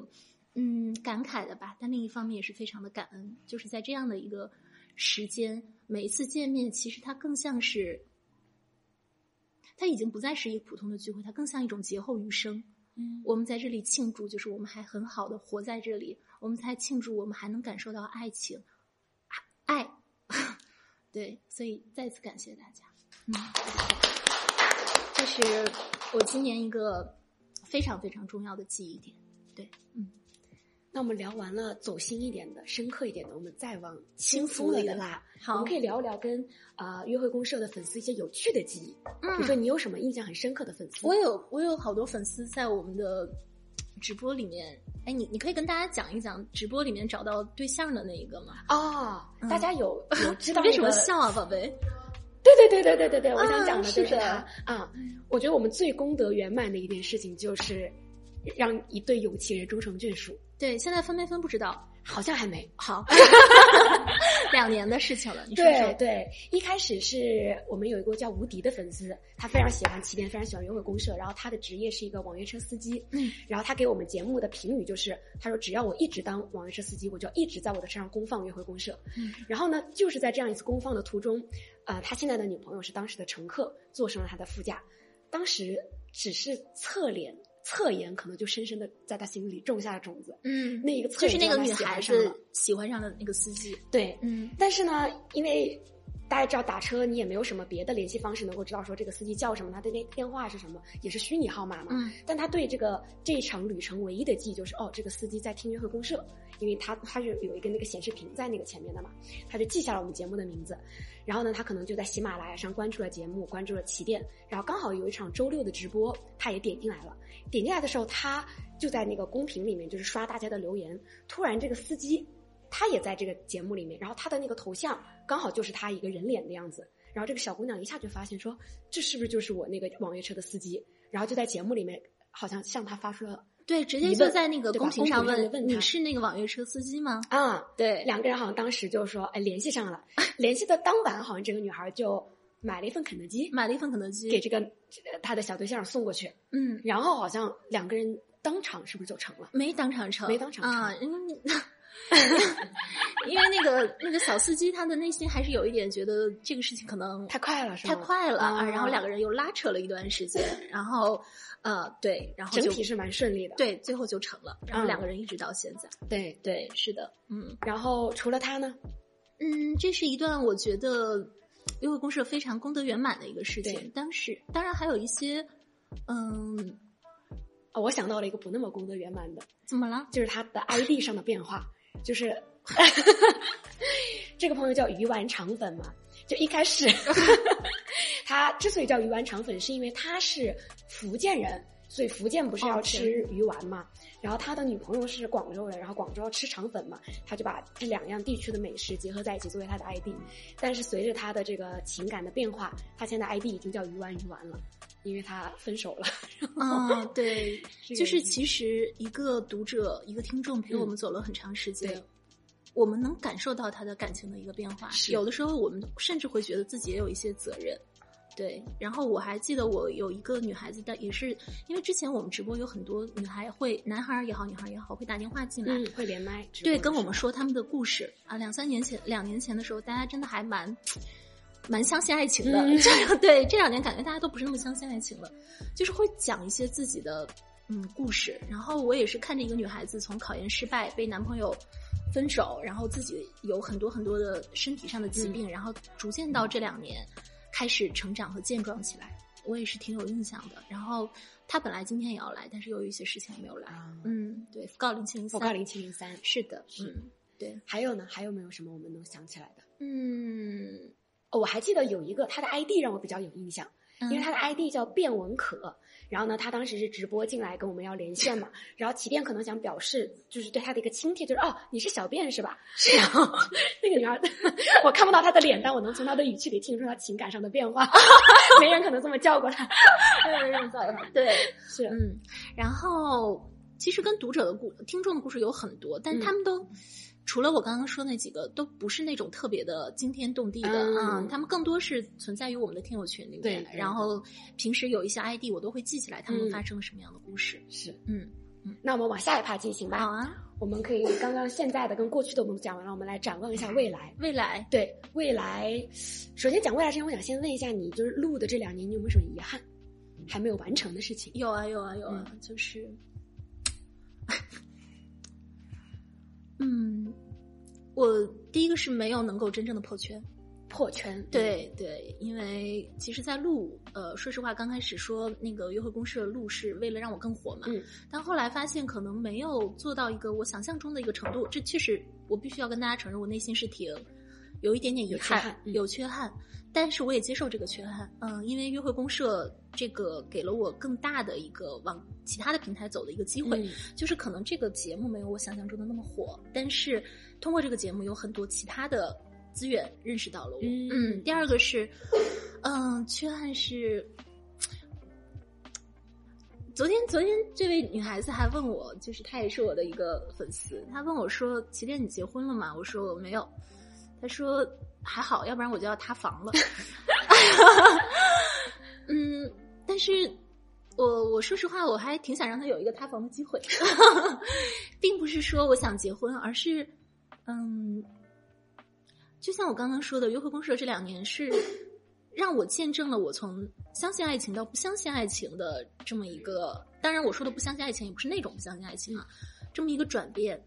A: 嗯感慨的吧，但另一方面也是非常的感恩，就是在这样的一个时间，每一次见面，其实它更像是。它已经不再是一个普通的聚会，它更像一种劫后余生。
B: 嗯
A: 我们在这里庆祝，就是我们还很好的活在这里，我们才庆祝，我们还能感受到爱情，啊爱， 对，所以再次感谢大家。嗯，这是我今年一个非常非常重要的记忆点。
B: 那我们聊完了走心一点的、深刻一点的，我们再往
A: 轻
B: 松
A: 浮
B: 了
A: 一
B: 的
A: 点
B: 啦。我
A: 好
B: 们可以聊一聊跟呃约会公社的粉丝一些有趣的记忆，比如
A: 嗯，
B: 说你有什么印象很深刻的粉丝？
A: 我有我有好多粉丝在我们的直播里面，哎，你你可以跟大家讲一讲直播里面找到对象的那一个吗？
B: 哦，大
A: 嗯
B: 家有 有知道
A: 为什么
B: 那个
A: 笑啊，宝贝？
B: 对对对对对对对，我想
A: 啊
B: 讲的就是是
A: 的
B: 他啊。我觉得我们最功德圆满的一件事情就是让一对有情人终成眷属，
A: 对，现在分没分不知道，
B: 好像还没。
A: 好， 两年的事情了，你说
B: 对
A: 说。
B: 对，一开始是我们有一个叫无敌的粉丝，他非常喜欢起点，非常喜欢约会公社，然后他的职业是一个网约车司机，
A: 嗯，
B: 然后他给我们节目的评语就是，他说只要我一直当网约车司机，我就要一直在我的车上公放约会公社，
A: 嗯，
B: 然后呢，就是在这样一次公放的途中，呃，他现在的女朋友是当时的乘客，坐上了他的副驾，当时只是侧脸。侧颜可能就深深的在他心里种下了种子，
A: 嗯，
B: 那一个
A: 就
B: 侧眼
A: 是那
B: 让
A: 个
B: 他
A: 女
B: 喜欢
A: 孩
B: 上了
A: 子喜欢上的那个司机。
B: 对，
A: 嗯
B: 但是呢，因为大家知道打车你也没有什么别的联系方式能够知道说这个司机叫什么，他的电电话是什么，也是虚拟号码嘛。
A: 嗯，
B: 但他对这个这一场旅程唯一的记忆就是，哦，这个司机在听约会公社，因为他他是有一个那个显示屏在那个前面的嘛，他就记下了我们节目的名字。然后呢，他可能就在喜马拉雅上关注了节目，关注了起点，然后刚好有一场周六的直播，他也点进来了。点进来的时候，他就在那个公屏里面就是刷大家的留言，突然这个司机他也在这个节目里面，然后他的那个头像刚好就是他一个人脸的样子。然后这个小姑娘一下就发现说，这是不是就是我那个网约车的司机？然后就在节目里面，好像向他发出了
A: 对，直接
B: 疑
A: 就
B: 问
A: 在那个
B: 对吧
A: 公屏上
B: 公屏上
A: 问
B: 就问
A: 你
B: 他
A: 是那个网约车司机吗？
B: 啊，
A: 对，
B: 两个人好像当时就说，哎，联 系上了。联系的当晚，好像这个女孩就买了一份肯德基，
A: 买了一份肯德基，
B: 给这个呃她的小对象送过去。
A: 嗯，
B: 然后好像两个人当场是不是就成了？
A: 没当场成，
B: 没当场成
A: 啊，因为 因为那个那个小司机他的内心还是有一点觉得这个事情可能
B: 太快了，是吗？
A: 太快了，啊
B: 啊
A: 然后两个人又拉扯了一段时间，然后呃，对，然后
B: 整
A: 就
B: 体是蛮顺利的。
A: 对，最后就成了，然后
B: 嗯
A: 两个人一直到现在，
B: 对，
A: 对，是的，嗯
B: 然后除了他呢？
A: 嗯，这是一段我觉得约会公社非常功德圆满的一个事
B: 对
A: 情，当时当然还有一些，嗯，
B: 哦，我想到了一个不那么功德圆满的，
A: 怎么 了？
B: 就是他的 ID 上的变化，就是 这个朋友叫鱼丸肠粉嘛，就一 开始他之所以叫鱼丸肠粉，是因为他是福建人。所以福建不是要
A: 哦
B: 吃鱼丸嘛然后他的女朋友是广州人，然后广州要吃肠粉嘛，他就把这两样地区的美食结合在一起作为他的 ID。但是随着他的这个情感的变化，他现在 ID 已经叫鱼丸鱼丸了，因为他分手了。
A: 嗯，对，
B: 这个
A: 就是其实一个读者、一个听众陪
B: 嗯
A: 我们走了很长时间，
B: 对
A: 我们能感受到他的感情的一个变化。
B: 是
A: 有的时候我们甚至会觉得自己也有一些责任。对，然后我还记得我有一个女孩子，但也是因为之前我们直播有很多女孩会，男孩儿也好，女孩儿也好，会打电话进来，
B: 嗯，会连麦。
A: 对，跟我们说他们的故事啊。两三年前，两年前的时候，大家真的还蛮蛮相信爱情的。
B: 嗯
A: 这对这两年感觉大家都不是那么相信爱情了，就是会讲一些自己的嗯故事。然后我也是看着一个女孩子从考研失败被男朋友。分手，然后自己有很多很多的身体上的
B: 嗯
A: 疾病，然后逐渐到这两年开始成长和健壮起来，我也是挺有印象的。然后他本来今天也要来，但是由于一些事情没有来。
B: 啊，
A: 嗯，对，讣告零七零
B: 我
A: 三，
B: 告零七零三。
A: 是的，
B: 是
A: 嗯，对，
B: 还有呢？还有没有什么我们能想起来的？
A: 嗯，
B: 哦，我还记得有一个他的 ID 让我比较有印象，
A: 嗯
B: 因为他的 ID 叫卞文可。然后呢，他当时是直播进来跟我们要连线嘛，然后起便可能想表示就是对他的一个亲切，就是哦你是小便是吧？然后那个女孩，我看不到她的脸，但我能从她的语气里听出她情感上的变化，没人可能这么叫过她。哎
A: 还有人造谣，对，
B: 是，
A: 嗯，然后其实跟读者的故、听众的故事有很多，但
B: 嗯
A: 他们都、除了我刚刚说那几个，都不是那种特别的惊天动地的啊、
B: 嗯
A: 他们更多是存在于我们的听友群里面。
B: 对对
A: 然后平时有一些 ID 我都会记起来，他们
B: 嗯
A: 发生了什么样的故事。
B: 是。
A: 嗯，
B: 那我们往下一趴进行
A: 好
B: 吧。
A: 啊，
B: 我们可以刚刚现在的跟过去的我们讲完了，我们来展望一下未来。
A: 未来，
B: 对未来，首先讲未来之前，我想先问一下你，就是录的这两年，你有没有什么遗憾，还没有完成的事情？
A: 有啊，有啊，有啊，就是， 嗯，我第一个是没有能够真正的破圈，
B: 破圈，嗯
A: 对对，因为其实，在录，呃，说实话，刚开始说那个约会公社录是为了让我更火嘛，
B: 嗯
A: 但后来发现可能没有做到一个我想象中的一个程度，这确实我必须要跟大家承认，我内心是挺有一点点遗
B: 有缺
A: 憾，
B: 憾嗯
A: 有缺憾，但是我也接受这个缺憾，嗯，因为约会公社这个给了我更大的一个往其他的平台走的一个机会，
B: 嗯
A: 就是可能这个节目没有我想象中的那么火，但是通过这个节目有很多其他的资源认识到了我。
B: 嗯
A: 第二个是，嗯、缺憾是，昨天昨天这位女孩子还问我，就是她也是我的一个粉丝，她问我说：“起点，你结婚了吗？”我说我没有，她说还好，要不然我就要塌房了。 嗯，但是我我说实话，我还挺想让他有一个塌房的机会， 并不是说我想结婚，而是嗯，就像我刚刚说的，约会公社这两年是让我见证了我从相信爱情到不相信爱情的这么一个，当然我说的不相信爱情也不是那种不相信爱情啊，这么一个转变。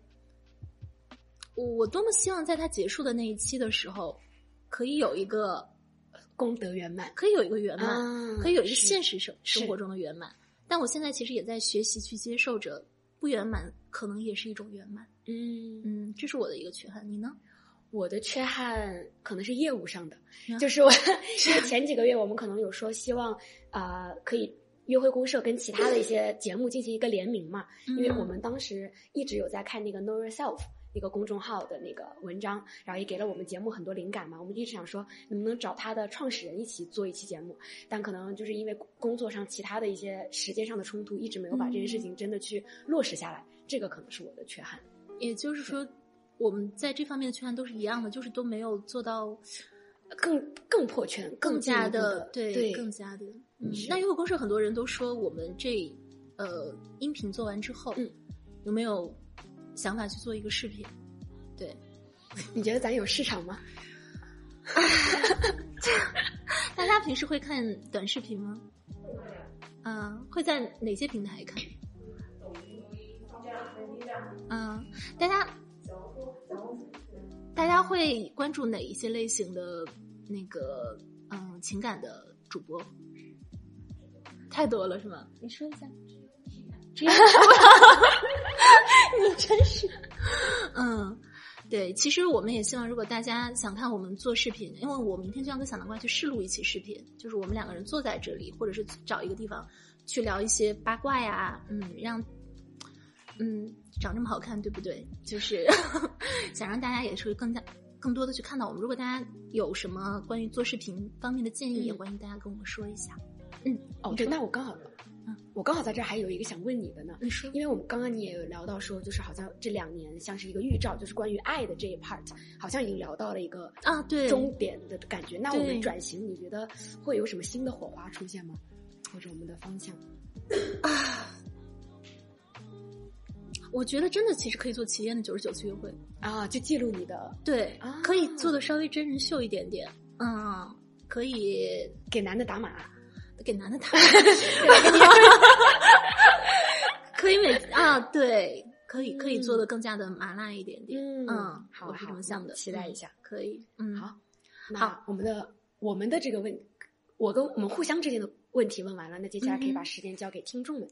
A: 我我多么希望在它结束的那一期的时候，可以有一个
B: 功德圆满
A: 可以有一个圆满，
B: 啊
A: 可以有一个
B: 是
A: 现实生
B: 是
A: 生活中的圆满。但我现在其实也在学习去接受着不圆满，可能也是一种圆满。
B: 嗯
A: 嗯，这是我的一个缺憾。你呢？
B: 我的缺憾可能是业务上的，
A: 啊
B: 就 是我因为前几个月我们可能有说希望啊、呃可以约会公社跟其他的一些节目进行一个联名嘛，因为
A: 嗯
B: 我们当时一直有在看那个 Know Yourself 那个公众号的那个文章，然后也给了我们节目很多灵感嘛。我们一直想说能不能找他的创始人一起做一期节目，但可能就是因为工作上其他的一些时间上的冲突，一直没有把这件
A: 嗯
B: 事情真的去落实下来。这个可能是我的缺憾。
A: 嗯也就是说，我们在这方面的缺憾都是一样的，就是都没有做到
B: 呃更更破圈，
A: 更
B: 进一
A: 加
B: 步
A: 的
B: 的
A: 对
B: 对
A: 更加的。嗯
B: 是，
A: 那优惠公社很多人都说，我们这呃音频做完之后，
B: 嗯
A: 有没有想法去做一个视频？对，
B: 你觉得咱有市场吗？哎
A: 大家平时会看短视频吗？
C: 会的，
A: 嗯、会在哪些平台看？
C: 抖音、B 站、B 站、
A: 嗯、大家
C: 小红书、小红书。
A: 大家会关注哪一些类型的那个嗯、情感的主播？太多了是吗？你说一下。职业 你真是，嗯，对，其实我们也希望，如果大家想看我们做视频，因为我明天就要跟小南瓜去试录一期视频，就是我们两个人坐在这里，或者是找一个地方去聊一些八卦呀，嗯，让，嗯，长这么好看，对不对？就是 想让大家也是更加更多的去看到我们。如果大家有什么关于做视频方面的建议，
B: 嗯
A: 也欢迎大家跟我们说一下。
B: 哦，对，那我刚好，
A: 嗯
B: 我刚好在这儿还有一个想问你的呢，
A: 你说，
B: 因为我们刚刚你也有聊到说，就是好像这两年像是一个预兆，就是关于爱的这一 part，好像已经聊到了一个
A: 啊对
B: 终点的感觉。那我
A: 对
B: 们转型，你觉得会有什么新的火花出现吗？或者我们的方向？
A: 我觉得真的其实可以做齐燕的九十九次约会。
B: 啊，就记录你的
A: 对，
B: 啊
A: 可以做的稍微真人秀一点点，嗯，可以
B: 给男的打码，
A: 给男 的打可以每啊对，可以可以做的更加的麻辣一点点，
B: 嗯
A: 嗯，
B: 好啊
A: 我是这
B: 好
A: 么
B: 啊
A: 想
B: 那
A: 的，
B: 期待
A: 嗯
B: 一下，
A: 可以，嗯，
B: 好，那我们的我们的这个问，我跟我们互相之间的问题问完了，那接下来可以
A: 嗯哼
B: 把时间交给听众们，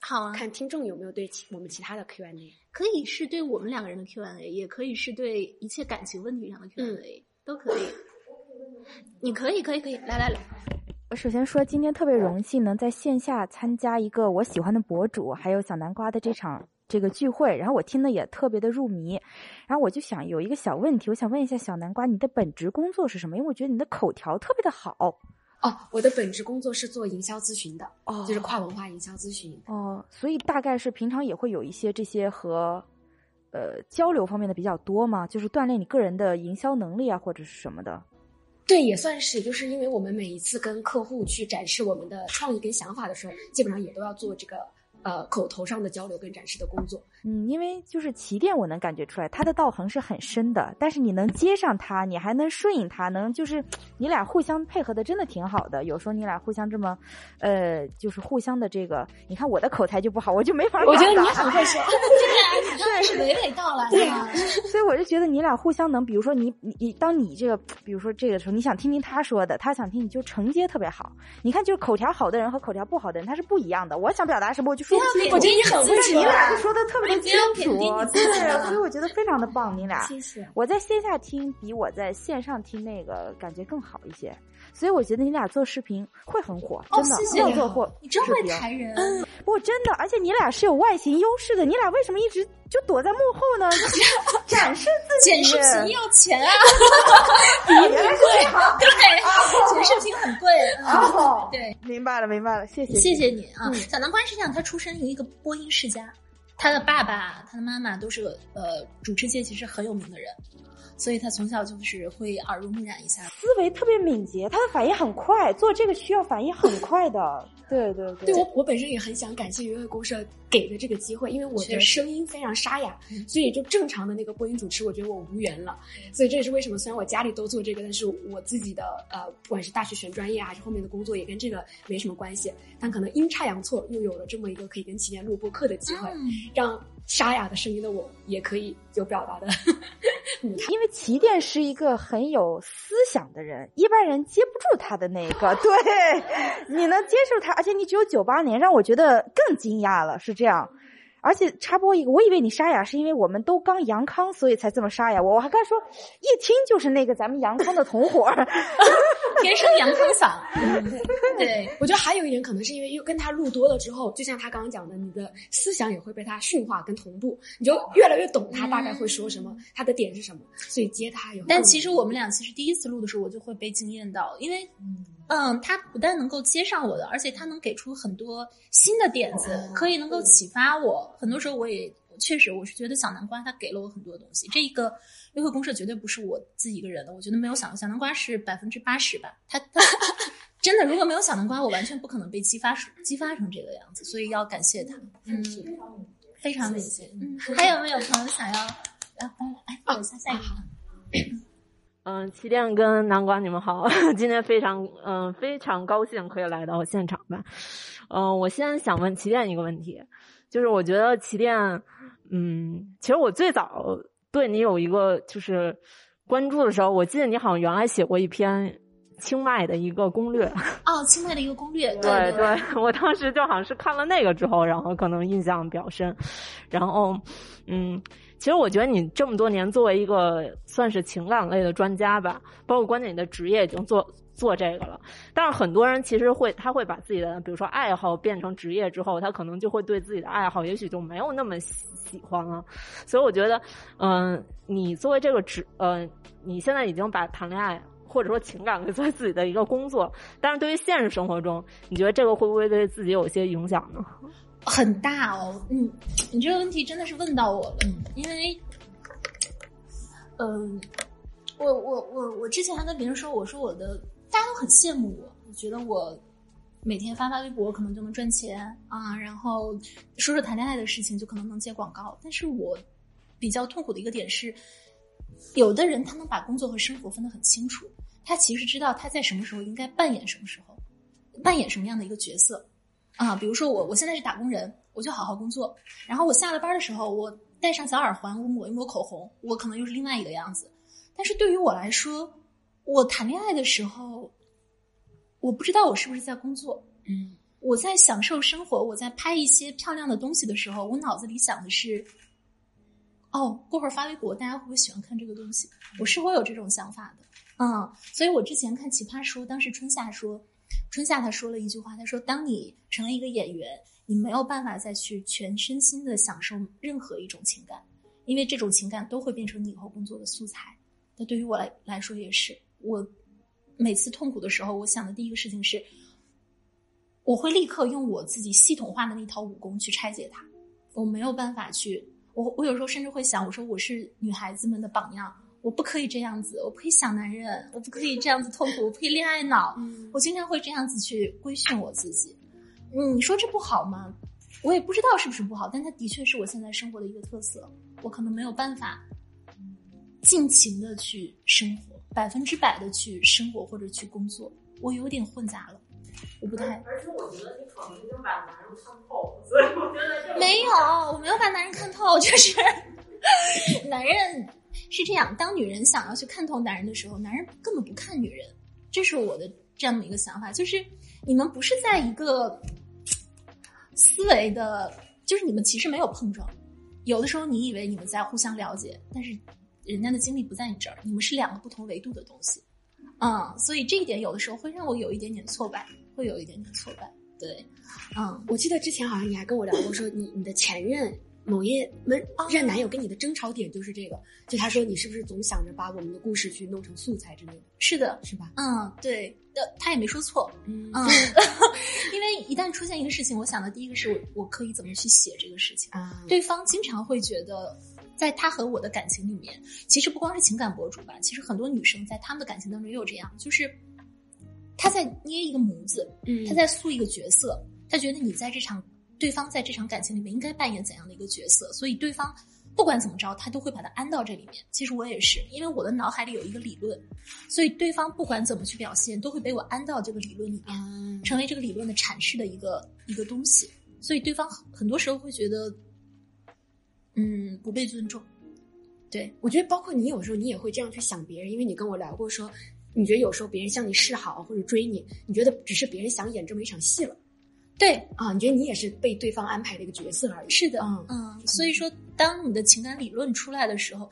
A: 好啊，
B: 看听众有没有对其我们其他的 Q&A。
A: 可以是对我们两个人的 Q&A，也可以是对一切感情问题上的
B: 嗯
A: Q&A，都可以，你可以可以可以，来来来，
D: 我首先说，今天特别荣幸能在线下参加一个我喜欢的博主，还有小南瓜的这场这个聚会，然后我听的也特别的入迷，然后我就想有一个小问题，我想问一下小南瓜，你的本职工作是什么？因为我觉得你的口条特别的好
B: 哦，我的本职工作是做营销咨询的，
D: 哦
B: 就是跨文化营销咨询。
D: 哦，所以大概是平常也会有一些这些和呃交流方面的比较多嘛，就是锻炼你个人的营销能力啊，或者是什么的。
B: 对，也算是，就是因为我们每一次跟客户去展示我们的创意跟想法的时候，基本上也都要做这个呃口头上的交流跟展示的工作。
D: 嗯，因为就是起点，我能感觉出来，它的道行是很深的，但是你能接上它，你还能顺应它，能就是你俩互相配合的真的挺好的。有时候你俩互相这么，呃，就是互相的这个，你看我的口才就不好，我就没法表达。
B: 我觉得你很会说，
A: 你刚才是娓娓道来的。
D: 所以我就觉得你俩互相能，比如说你你你，当你这个，比如说这个时候，你想听听他说的，他想听，你就承接特别好。你看，就是口条好的人和口条不好的人，他是不一样的。我想表达什么，我就说不清楚。
B: 我觉得你很会
D: 但是
B: 说
D: 你俩
B: 啊。
D: 说的特别的
A: 不
D: 清
A: 要
D: 楚啊
A: 贬低你，自己
D: 对，
A: 了
D: 所以我觉得非常的棒，你俩。
B: 谢谢。
D: 我在线下听比我在线上听那个感觉更好一些，所以我觉得你俩做视频会很火，
A: 哦
D: 真的
A: 谢谢
D: 要
B: 你
D: 做
B: 好
D: 火。
A: 你真会
D: 视频
A: 抬人，
D: 不，真的，而且你俩是有外形优势的，你俩为什么一直就躲在幕后 呢？展示自己，
A: 剪视频要钱啊！
D: 原来是这样
A: 对，剪视频很贵。嗯
D: 哦，
A: 对，
D: 明白了，明白了，谢谢，
A: 谢。谢你啊，小南瓜是这样，他出身于一个播音世家，他的爸爸、他的妈妈都是呃主持界其实很有名的人，所以他从小就是会耳濡目染一下。
D: 思维特别敏捷，他的反应很快，做这个需要反应很快的。对对
B: 对
D: 对
B: 我，我本身也很想感谢约会公社给的这个机会，因为我
A: 确
B: 的
A: 实
B: 声音非常沙哑
A: 嗯，
B: 所以就正常的那个播音主持，我觉得我无缘了。所以这也是为什么，虽然我家里都做这个，但是我自己的呃，不管是大学选专业啊还是后面的工作，也跟这个没什么关系。但可能阴差阳错，又有了这么一个可以跟
A: 嗯
B: 起点录播课的机会，让沙哑的声音的我也可以有表达的
D: 因为起点是一个很有思想的人，一般人接不住他的那一个， 对，你能接受他，而且你只有九八年，让我觉得更惊讶了，是这样。而且插播一个，我以为你沙哑是因为我们都刚阳康，所以才这么沙哑。我我还刚说，一听就是那个咱们阳康的同伙儿。
A: 天生阳康嗓，嗯对，
B: 我觉得还有一点可能是因为又跟他录多了之后，就像他刚刚讲的，你的思想也会被他驯化跟同步，你就越来越懂他大概会说什么，他的点是什么，所以接他有更。
A: 嗯但其实我们俩其实第一次录的时候，我就会被惊艳到，因为，嗯，他不但能够接上我的，而且他能给出很多新的点子，可以能够启发我。很多时候我也确实，我是觉得小南瓜他给了我很多东西。这一个约会公社绝对不是我自己一个人的，我觉得没有小小南瓜是百分之八十吧，他 他。真的，如果没有小南瓜，我完全不可能被激发出激发成这个样子，所以要感谢他，嗯，非常感谢。嗯，还有没有朋友想要？啊，哎，哎下下一个。
E: 嗯，齐亮跟南瓜，你们好， 今天非常嗯、非常高兴可以来到现场吧。嗯、我先想问齐店一个问题，就是我觉得齐店，嗯，其实我最早对你有一个就是关注的时候，我记得你好像原来写过一篇清迈的一个攻略，
A: 哦，清迈的一个攻略，对
E: 对对， 我当时就好像是看了那个之后，然后可能印象比较深。然后，嗯，其实我觉得你这么多年作为一个算是情感类的专家吧，包括关键你的职业已经做做这个了，但是很多人其实会他会把自己的比如说爱好变成职业之后，他可能就会对自己的爱好也许就没有那么喜喜欢了。所以我觉得，嗯、你作为这个职，呃，你现在已经把谈恋爱。或者说情感作为自己的一个工作，但是对于现实生活中，你觉得这个会不会对自己有些影响呢？
A: 很大哦。嗯，你这个问题真的是问到我了，因为，嗯、我我我我之前还跟别人说，我说我的大家都很羡慕我，我觉得我每天发发微博可能就能赚钱啊，然后说说谈恋爱的事情就可能能接广告，但是我比较痛苦的一个点是，有的人他能把工作和生活分得很清楚，他其实知道他在什么时候应该扮演什么时候，扮演什么样的一个角色。啊，比如说我我现在是打工人，我就好好工作，然后我下了班的时候，我戴上小耳环，我抹一抹口红，我可能又是另外一个样子。但是对于我来说，我谈恋爱的时候，我不知道我是不是在工作，
B: 嗯，
A: 我在享受生活，我在拍一些漂亮的东西的时候，我脑子里想的是，哦，过会儿发微博，大家会不会喜欢看这个东西？我是会有这种想法的，嗯，所以我之前看《奇葩说》，当时春夏说，春夏他说了一句话，他说：“当你成为一个演员，你没有办法再去全身心的享受任何一种情感，因为这种情感都会变成你以后工作的素材。”那对于我来来说也是，我每次痛苦的时候，我想的第一个事情是，我会立刻用我自己系统化的那套武功去拆解它。我没有办法去，我我有时候甚至会想，我说我是女孩子们的榜样，我不可以这样子，我不可以想男人，我不可以这样子痛苦，我不可以恋爱脑，我经常会这样子去规训我自己。嗯，你说这不好吗？我也不知道是不是不好，但它的确是我现在生活的一个特色。我可能没有办法尽情的去生活，百分之百的去生活或者去工作，我有点混杂了，我不太
C: 而且我觉得你可能已经把男人看透了，所以我觉得这
A: 没有，我没有把男人看透， 就是男人是这样，当女人想要去看透男人的时候，男人根本不看女人，这是我的这么一个想法，就是你们不是在一个思维的，就是你们其实没有碰撞，有的时候你以为你们在互相了解，但是人家的精力不在你这儿，你们是两个不同维度的东西，嗯，所以这一点有的时候会让我有一点点挫败，会有一点点挫败，对，嗯。
B: 我记得之前好像你还跟我聊过，说你你的前任某一任
A: 哦
B: 任男友跟你的争吵点就是这个，就他说你是不是总想着把我们的故事去弄成素材之类的，
A: 是的，
B: 是吧？
A: 嗯，对，呃，他也没说错，
B: 嗯
A: 嗯， 因为一旦出现一个事情，我想的第一个是我我可以怎么去写这个事情。
B: 啊，
A: 对方经常会觉得，在他和我的感情里面，其实不光是情感博主吧，其实很多女生在她们的感情当中也有这样，就是她在捏一个模子，
B: 嗯
A: 她在塑一个角色，她觉得你在这场对方在这场感情里面应该扮演怎样的一个角色，所以对方。不管怎么着，他都会把它安到这里面。其实我也是，因为我的脑海里有一个理论，所以对方不管怎么去表现，都会被我安到这个理论里面。
B: 啊，
A: 成为这个理论的阐释的一个一个东西，所以对方很很多时候会觉得，嗯，不被尊重，对，
B: 我觉得包括你有时候你也会这样去想别人，因为你跟我聊过说，你觉得有时候别人向你示好或者追你，你觉得只是别人想演这么一场戏了
A: 对，
B: 啊？你觉得你也是被对方安排的一个角色而已。
A: 是的，
B: 嗯
A: 嗯，所以说，当你的情感理论出来的时候，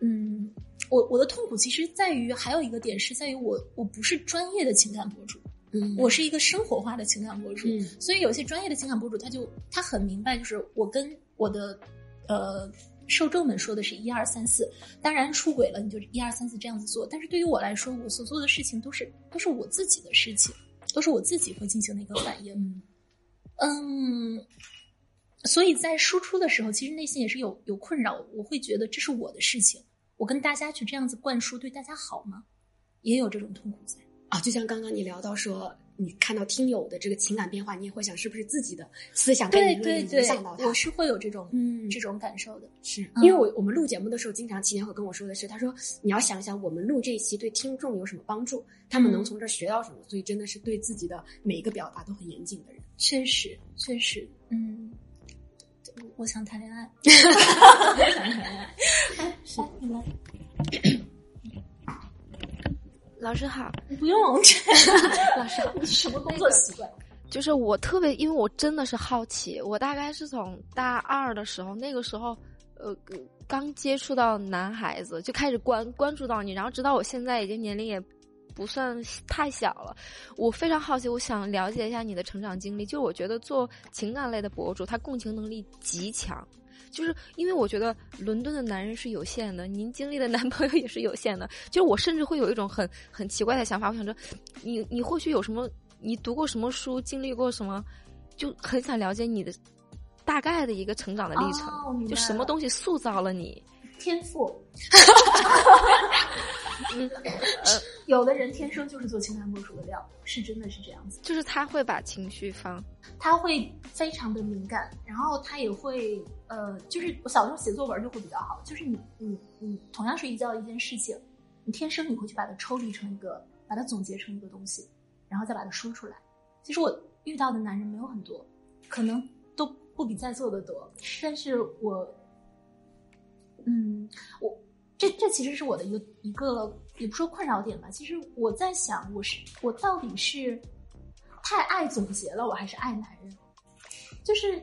A: 嗯，我我的痛苦其实在于还有一个点是在于我我不是专业的情感博主，
B: 嗯
A: 我是一个生活化的情感博主，
B: 嗯
A: 所以有些专业的情感博主他就他很明白，就是我跟我的呃受众们说的是一二三四，当然出轨了你就一二三四这样子做，但是对于我来说，我所做的事情都是都是我自己的事情，都是我自己会进行的一个反应。
B: 嗯
A: 嗯，所以在输出的时候，其实内心也是有有困扰，我会觉得这是我的事情，我跟大家去这样子灌输，对大家好吗？也有这种痛苦在。
B: 啊，就像刚刚你聊到说，你看到听友的这个情感变化，你也会想是不是自己的思想跟
A: 对
B: 理论
A: 对
B: 影
A: 对
B: 响到，他
A: 我。是会有这种、
B: 嗯
A: 这种感受的。
B: 是
A: 嗯
B: 因为我我们录节目的时候，经常七年会跟我说的是，他说你要想想我们录这一期对听众有什么帮助，他们
A: 嗯
B: 能从这儿学到什么，所以真的是对自己的每一个表达都很严谨的人。
A: 确实，确实，嗯，我我想谈恋爱。来，你来，
F: 老师好，
A: 不用，老师，你什么工作习惯？
F: 就是我特别，因为我真的是好奇，我大概是从大二的时候，那个时候，呃，刚接触到男孩子，就开始关关注到你，然后直到我现在已经年龄也不算太小了，我非常好奇，我想了解一下你的成长经历。就我觉得做情感类的博主，他共情能力极强。就是因为我觉得伦敦的男人是有限的，您经历的男朋友也是有限的。就是我甚至会有一种很很奇怪的想法，我想着你你或许有什么，你读过什么书，经历过什么，就很想了解你的大概的一个成长的历程，
A: 哦我明白
F: 就什么
A: 了
F: 东西塑造了你。
A: 天赋。 呃有的人天生就是做情感博主的料，是真的是这样子。
F: 就是他会把情绪放，
A: 他会非常的敏感，然后他也会呃，就是我小时候写作文就会比较好，就是你你你同样是一教一件事情，你天生你会去把它抽离成一个，把它总结成一个东西，然后再把它说出来。其实我遇到的男人没有很多，可能都不比在座的多，但是我，嗯，我这这其实是我的一个一个也不说困扰点吧，其实我在想，我是我到底是太爱总结了，我还是爱男人？就是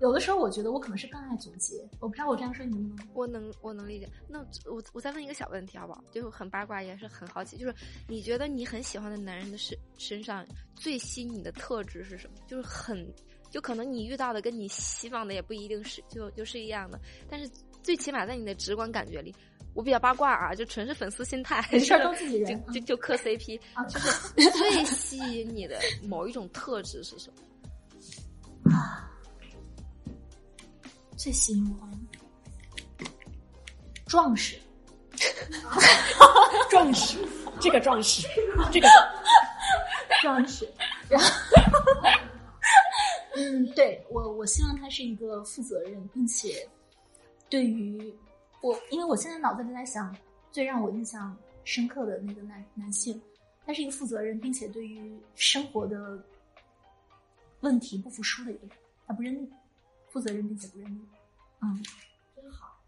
A: 有的时候我觉得我可能是更爱总结，我不知道我这样说你能不能
F: 我能我能理解。那我我再问一个小问题好不好？就是很八卦，也是很好奇，就是你觉得你很喜欢的男人的身身上最吸引你的特质是什么？就是很就可能你遇到的跟你希望的也不一定是就就是一样的，但是最起码在你的直观感觉里，我比较八卦啊，就纯是粉丝心态，
A: 没事儿
F: 就
A: 都自己人
F: 就就就磕 CP，
A: 啊？就是
F: 最吸引你的某一种特质是什么？
A: 最吸引我壮士，
B: 壮士，这个壮士，这个
A: 壮士，然后。嗯，对我，我希望他是一个负责任，并且对于我，因为我现在脑子里在想最让我印象深刻的那个男男性，他是一个负责任，并且对于生活的问题不服输的一个人，他不认命，负责任并且不认命，嗯，真好，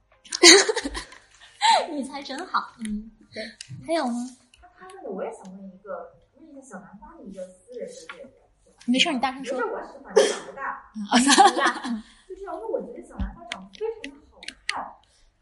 A: 你才真好，嗯，对，还有吗？
C: 那他那个我也想问一个，问一下小南瓜的一个私人的这个，
A: 没事儿，你大声
C: 没
A: 说
C: 事，，我要是反正长不大。
A: 啊，行吧
C: 就是因为我觉得小南瓜长得非常的好看，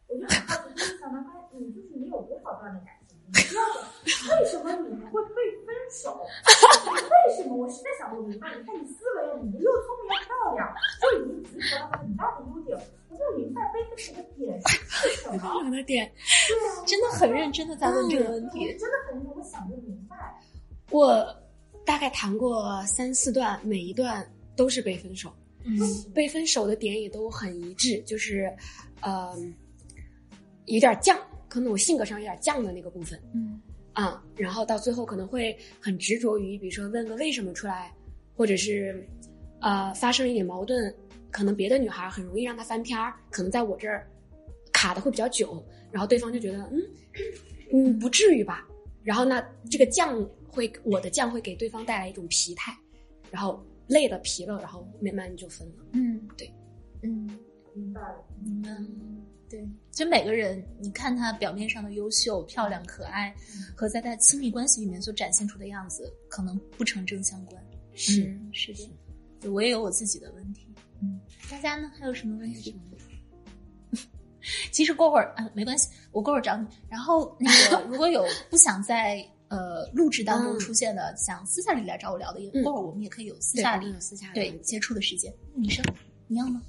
C: 我就很好奇，就是小南瓜，你就是你有多少段的感情？你知道吗为什么你还会被分手？为什么？我实在想不明白。你看你思维，啊你又聪明又漂亮，就已经集合了很大的优点，我不明白被分手的点是什么。啊
B: 我的点，
A: 真的很认真的在问这个问题
C: 我。真的很我想不明白。
B: 我大概谈过三四段，每一段都是被分手，
A: 嗯
B: 被分手的点也都很一致，就是，呃，有点犟，可能我性格上有点犟的那个部分。
A: 嗯
B: 啊、然后到最后可能会很执着于，比如说问个为什么出来，或者是呃发生一点矛盾，可能别的女孩很容易让他翻篇儿，可能在我这儿卡的会比较久，然后对方就觉得嗯嗯不至于吧，然后那这个犟会我的犟会给对方带来一种疲态，然后累了疲了，然后慢慢就分了。
A: 嗯，
B: 对，
A: 嗯
C: 明白了，
A: 嗯，对，其实每个人，你看他表面上的优秀、漂亮、可爱，
B: 嗯
A: 和在他亲密关系里面所展现出的样子，可能不成正相关。
B: 是
A: 嗯是的，对我也有我自己的问题。嗯，大家呢还有什么问题？其实过会儿啊，没关系，我过会儿找你。然后那个如果有不想在呃录制当中
B: 嗯
A: 出现的，想私下里来找我聊的，也
B: 嗯
A: 过会儿我们也可以有私
B: 对
A: 下
B: 我
A: 里
B: 们有私下的
A: 对
B: 环节
A: 接触的时间。女生你要吗？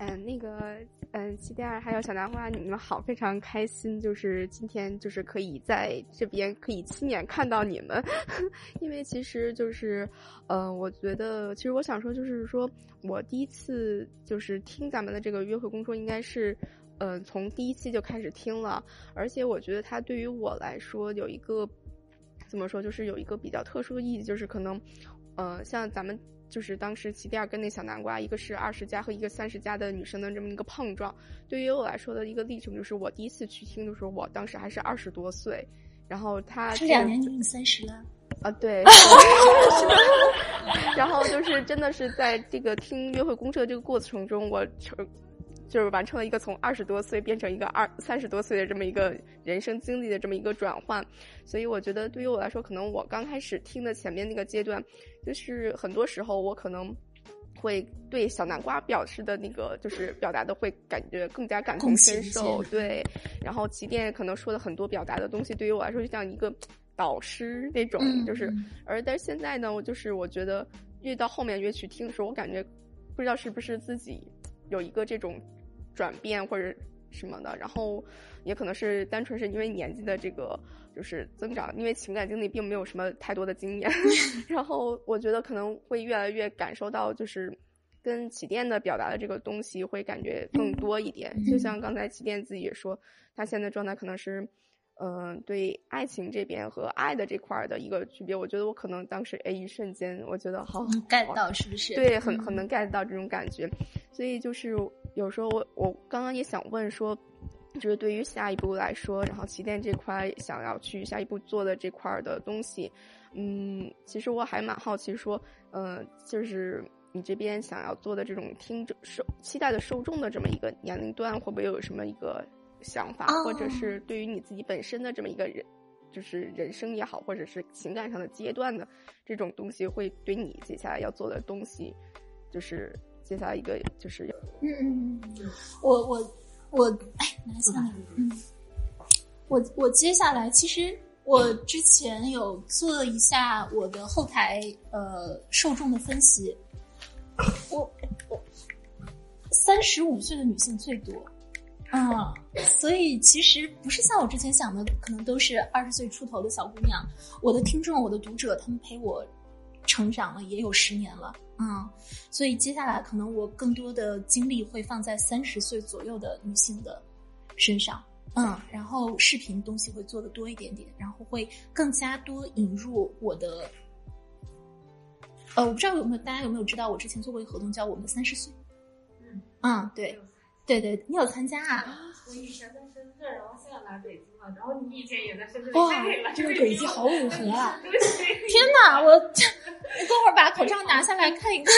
G: 嗯，那个，嗯，七第二还有小南瓜，你们好，非常开心，就是今天就是可以在这边可以亲眼看到你们， 因为其实就是，呃，我觉得其实我想说就是说我第一次就是听咱们的这个约会公说应该是。嗯，从第一期就开始听了，而且我觉得它对于我来说有一个怎么说，就是有一个比较特殊的意义，就是可能，呃，像咱们就是当时齐第二跟那小南瓜，一个是二十加和一个三十加的女生的这么一个碰撞，对于我来说的一个历程，就是我第一次去听的时候，我当时还是二十多岁，然后他
A: 这两年你已经三十了，
G: 啊， 对。然后就是真的是在这个听约会公社这个过程中，我成就是完成了一个从二十多岁变成一个二三十多岁的这么一个人生经历的这么一个转换。所以我觉得对于我来说，可能我刚开始听的前面那个阶段，就是很多时候我可能。会对小南瓜表示的那个，就是表达的会感觉更加感同
A: 共情
G: 身
A: 一些
G: 受，对。然后起点可能说的很多表达的东西，对于我来说就像一个导师那种，
A: 嗯，
G: 就是
A: 嗯
G: 而但是现在呢，我就是我觉得越到后面越去听的时候，我感觉不知道是不是自己有一个这种转变或者什么的，然后也可能是单纯是因为年纪的这个就是增长，因为情感经历并没有什么太多的经验，然后我觉得可能会越来越感受到就是。跟起电的表达的这个东西会感觉更多一点，就像刚才起电自己也说，他现在状态可能是，嗯、对爱情这边和爱的这块儿的一个区别。我觉得我可能当时哎，一瞬间我觉得好
A: 能 get 嗯
G: 好
A: 到是不是？
G: 对，很
A: 嗯
G: 很能 get 到这种感觉。所以就是有时候我我刚刚也想问说，就是对于下一步来说，然后起点这块儿想要去下一步做的这块儿的东西，嗯，其实我还蛮好奇说，呃，就是。你这边想要做的这种听着受期待的受众的这么一个年龄段，会不会有什么一个想法，或者
A: 哦
G: 是对于你自己本身的这么一个人，就是人生也好，或者是情感上的阶段的这种东西，会对你接下来要做的东西，就是接下来一个就是要
A: 嗯嗯嗯嗯，我我我，哎，拿下那个，嗯，我我接下来其实我之前有做一下我的后台呃受众的分析，我我三十五岁的女性最多。啊、所以其实不是像我之前想的，可能都是二十岁出头的小姑娘。我的听众，我的读者，他们陪我成长了也有十年了，嗯，所以接下来可能我更多的精力会放在三十岁左右的女性的身上，嗯，然后视频东西会做的多一点点，然后会更加多引入我的，呃，我不知道有没有大家有没有知道，我之前做过一个活动叫“我们三十岁”，嗯，对，对对，你有参加啊？
C: 我以前在深圳，然后现在来北京了，然后你以前也在深圳，
A: 哇
C: 现在也来
A: 这个
C: 北
A: 轨
C: 京
A: 迹
C: 了
A: 好吻合啊！
C: 对，
A: 天哪，我 我等会儿把口罩拿下来看一 看，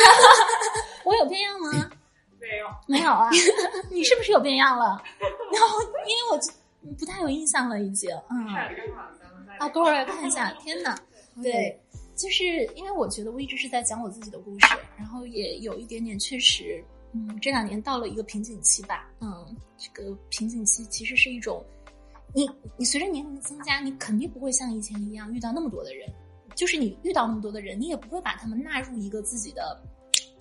A: 我有变样吗？
C: 没有。
A: 没有啊，你是不是有变样了？然后因为我就不太有印象了，已经。嗯，啊，等会儿来看一下。天哪，对，就是因为我觉得我一直是在讲我自己的故事，然后也有一点点确实，嗯，这两年到了一个瓶颈期吧。嗯，这个瓶颈期其实是一种，你你随着年龄的增加，你肯定不会像以前一样遇到那么多的人，就是你遇到那么多的人，你也不会把他们纳入一个自己的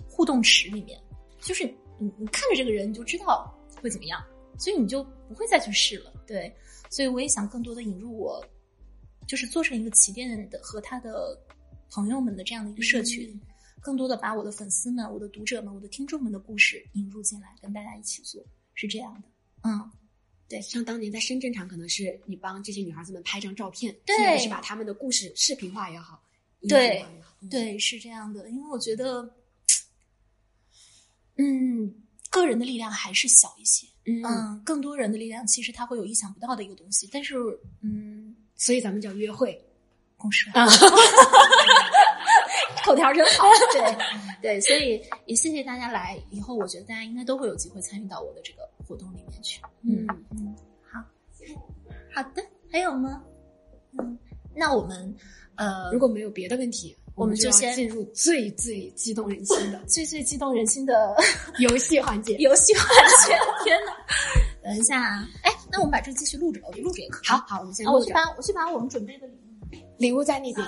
A: 互动池里面。就是你你看着这个人，你就知道会怎么样，所以你就不会再去试了。对，所以我也想更多的引入我，就是做成一个起点的和他的朋友们的这样的一个社群，
B: 嗯
A: 更多的把我的粉丝们、我的读者们、我的听众们的故事引入进来，跟大家一起做，是这样的。嗯，
B: 对，像当年在深圳场，可能是你帮这些女孩子们拍张照片，
A: 对
B: 甚至是把她们的故事视频化也好，音频
A: 对
B: 化也好，嗯，
A: 对，是这样的，因为我觉得，嗯，个人的力量还是小一些。
B: 嗯，
A: 嗯，更多人的力量其实它会有意想不到的一个东西，但是嗯，啊
B: 所以咱们叫约会，
A: 公社，口条真 好。对对，所以也谢谢大家来，以后我觉得大家应该都会有机会参与到我的这个活动里面去。嗯嗯，好，好的，还有吗？嗯，那我们呃，
B: 如果没有别的问题，
A: 我们
B: 们就
A: 就先
B: 要进入最最激动人心的
A: 最最激动人心的
B: 游戏环节。
A: 游戏环节，天 哪！等一下啊，哎，那我们把这继续录着吧，我觉得录着也可以。
B: 好好，我们先
A: 啊，我
B: 录
A: 去
B: 着。
A: 把我去把我们准备的礼物。
B: 礼物在那边。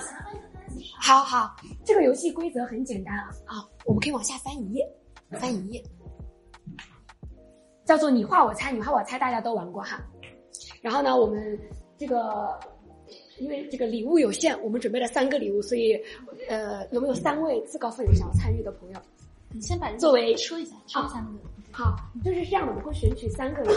B: 好好，这个游戏规则很简单啊啊，我们可以往下翻一页，翻一页，叫做你画我猜，你画我猜，大家都玩过哈。然后呢，我们这个因为这个礼物有限，我们准备了三个礼物，所以呃，有没有三位自告奋勇想要参与的朋友？
A: 你先把人
B: 作为
A: 说一下，说一下那个。
B: 好，就是这样的，我们会选取三个人，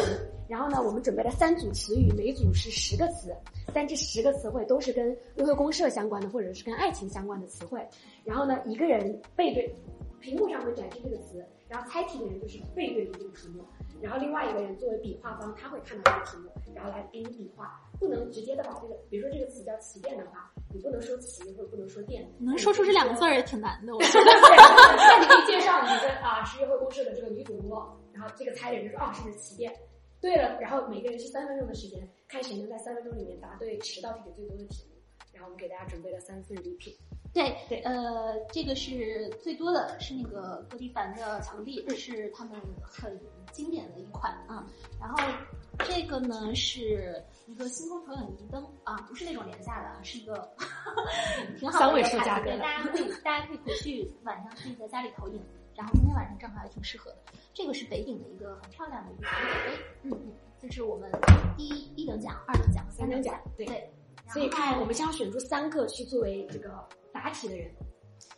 B: 然后呢，我们准备了三组词语，每组是十个词，但这十个词汇都是跟约会公社相关的，或者是跟爱情相关的词汇。然后呢，一个人背对屏幕上会展示这个词，然后猜题的人就是背对着这个屏幕，然后另外一个人作为笔画方，他会看到这个题目，然后来给你笔画，不能直接的把这个，比如说这个词叫旗店的话，你不能说旗或者不能说店，
A: 能说出这两个字儿也挺难的，我觉得。
B: 那你可以介绍你的啊十月会公社的这个女主播，然后这个猜的人就说哦是起点。对了，然后每个人是三分钟的时间，看谁能在三分钟里面答对十道题里最多的题目。然后我们给大家准备了三份礼品，
A: 对
B: 对
A: 呃，这个是最多的是那个格迪凡的巧克力，
B: 嗯
A: 是他们很经典的一款啊。然后这个呢是一个星空投影仪灯啊，不是那种廉价的，啊，是一个 挺好的
B: 三位
A: 一个
B: 数
A: 牌子
B: 价格
A: 对
B: 的
A: 大家 可以大家可以回去晚上可以在家里投影，然后今天晚上正好也挺适合的。这个是北影的一个很漂亮的一个小酒杯，嗯嗯，这是我们一一等奖、二等奖、
B: 三等
A: 等
B: 奖对
A: 对。然
B: 所以
A: 后
B: 看我们将选出三个去作为这个答题的人。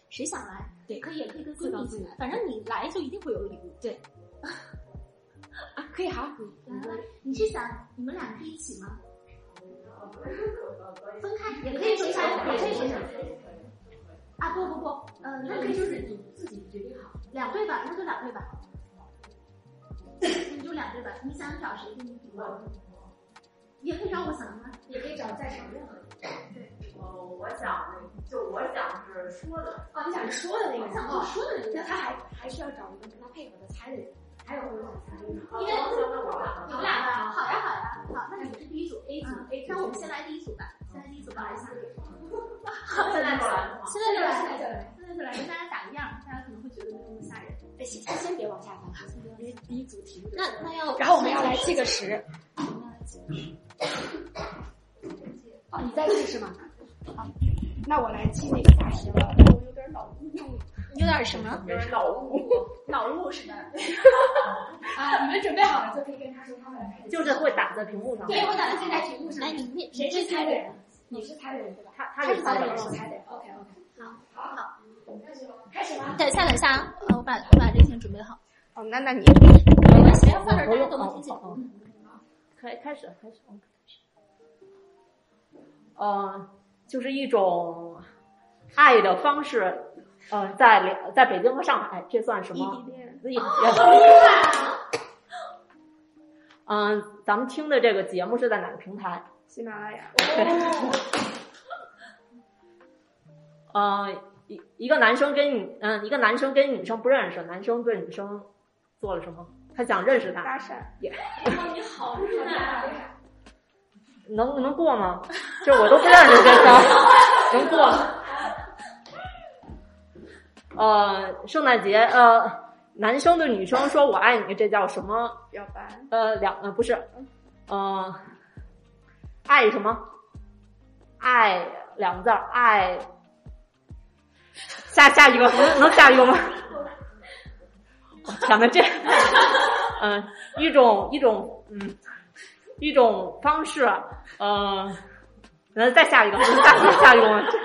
A: 谁想来，
B: 对
A: 可以也可以跟闺
B: 自导
A: 蜜一
B: 自
A: 起
B: 演
A: 来，反正你来就一定会有礼物。对，嗯
B: 啊，可以好，你
A: 来来，你是想你们俩是一起吗？分开也可以分开，也可以分开。啊不不不，呃，那可以就是你自己决定好，两对吧，那就两对吧。 你就两对吧，你想找谁给你比吗？也可以找我想啊，也可以找在场任何人。
H: 我我想就我想是说的，
B: 啊，你想说的那个
A: 我
B: 人
A: 哦想就
B: 啊，
A: 说的人，
B: 那他还还需要找一个跟他配合的猜的人，还有我想猜的人。
H: 因为那我
A: 你们俩吧，好呀好呀，
B: 嗯
A: 好，那你们是第一组
B: A 组
A: 嗯
B: A 组
A: 那我们先来第一组吧，先来第一组吧，好下。
H: 现在过来
A: 现在就来，
B: 现在就来
A: 现在就来，跟大家打个样，大家可能会觉得没有那么吓人。
B: 哎先先别往下翻哈，因为第一组题目就
A: 那
B: 是
A: 那要，
B: 然后我们要来计个时。哦，你在计是吗？好，那我来记那个计时了。我有点脑雾
A: 有点什么
H: 就是脑雾，
A: 脑雾是吧？
B: 啊！你们准备好了就可以跟他说，他们来开始。
E: 就是会打在屏幕上。
B: 对，我打算现在题目上
A: 来，。你你
B: 谁是猜的
A: 的？
B: 人？你是猜的人对吧？
E: 他
B: 他
E: 他是
B: 猜的
E: 猜的
B: 人，
E: 人
B: 我猜的人。OK OK，好，好好，我们开始了，开始了。
A: 等一下，等一下啊！呃我把我把这些准备好，
G: 哦，那那你
A: 没关系，没有放这儿，大家都能听见。
E: 哦哦
A: 嗯
E: 开开始开始，嗯呃，就是一种爱的方式，呃，在两在北京和上海，这算什么？
G: 异地啊恋
E: 嗯， 嗯，咱们听的这个节目是在哪个平台？
G: 喜马拉雅，
E: 呃，一一个男生跟女，嗯，一个男生跟女生不认识，男生对女生做了什么？他想认识她，
G: 搭讪，
E: 能能过吗？这我都不认识这条，能过吗？呃，圣诞节，呃，男生对女生说“我爱你”，这叫什么？
G: 表白，
E: 呃，两呃不是，呃，爱什么？爱两个字儿，爱。下下一个能能下一个吗？我天呐，这，嗯、一种一种嗯，一种方式，呃，那再下一个，下下下一个吗？这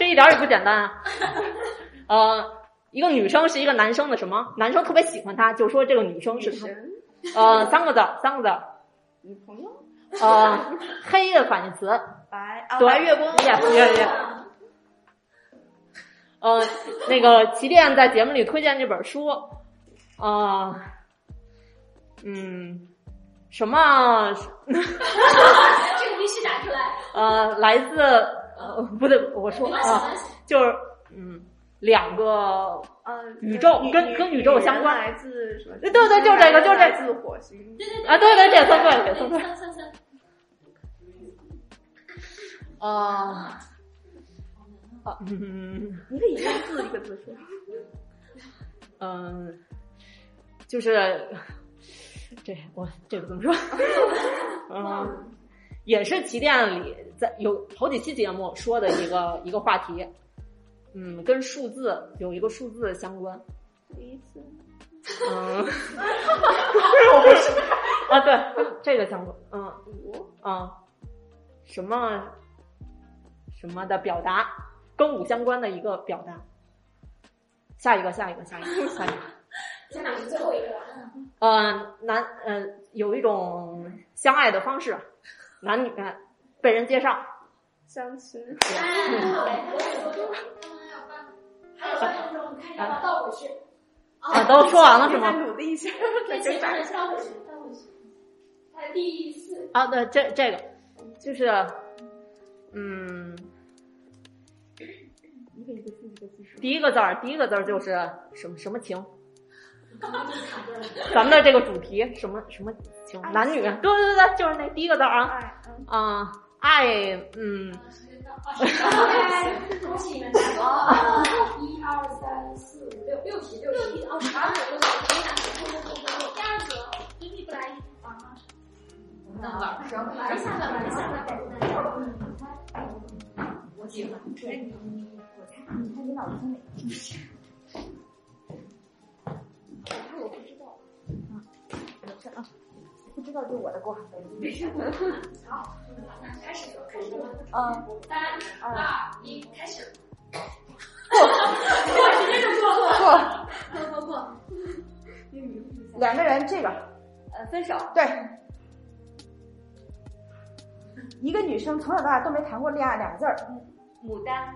E: 这一点儿也不简单啊。呃，一个女生是一个男生的什么？男生特别喜欢她，就说这个女生是
G: 女
E: 他
G: 神，
E: 呃，三个字儿，三个字儿，
G: 女朋友，
E: 呃，黑的反义词，
G: 白啊，
E: 对
G: 白月光，
E: yes yes yes。呃，那个齐恋在节目里推荐这本书，呃，嗯，什么？
A: 这个必须打出来。
E: 呃，来自呃，不对，我说啊、就是嗯，两个
G: 嗯，
E: 呃宇宙跟跟宇宙相关
G: 来自什么？
E: 对对就这个就这个
G: 来自火星。
E: 啊，对对对，算对了，算对了。
A: 三三三，
E: 啊，嗯
G: 你可以一个字一个字说。
E: 嗯，就是这我这个怎么说？嗯，也是起点里在有好几期节目说的一个一个话题，嗯，跟数字有一个数字相关。嗯，我不是啊，对，这个相关，嗯，啊，什么什么的表达，跟五相关的一个表达。下一个，下一个，下一个，下一个。
B: 咱俩是最后一个。
E: 呃，男，呃，有一种相爱的方式，男女呃被人介绍，
G: 相亲，
B: 还有三分钟，看要不要倒回去？
E: 啊，都说完了是
G: 再
E: 吗？
G: 努力一下，再挣扎一下。
B: 倒回去，倒回去。哎，第一次
E: 啊，对，这这个就是，嗯，第一个字儿，第一个字儿就是什么什么情， 咱们的这个主题什么什么情，男女，对对对，就是那第一个字儿啊，
G: 哎，嗯
E: 啊、爱，嗯，
B: 恭喜你们两个！一二三四五六六题，六题哦，十二个六题，你俩不不不不不，第二个闺蜜不来玩吗？能玩，玩一下吧，玩一下吧，
D: 你看你脑子哪？我看我不知道。啊，没事啊，不知道就我的锅。没事。
B: 开始吧，开始吧，
D: 嗯，
B: 三
D: 二
B: 二一，开始。
D: 过
B: 过过过，
D: 嗯两个人这个
G: 呃，分手，
D: 对。一个女生从小到大都没谈过恋爱两个字儿，
G: 牡丹，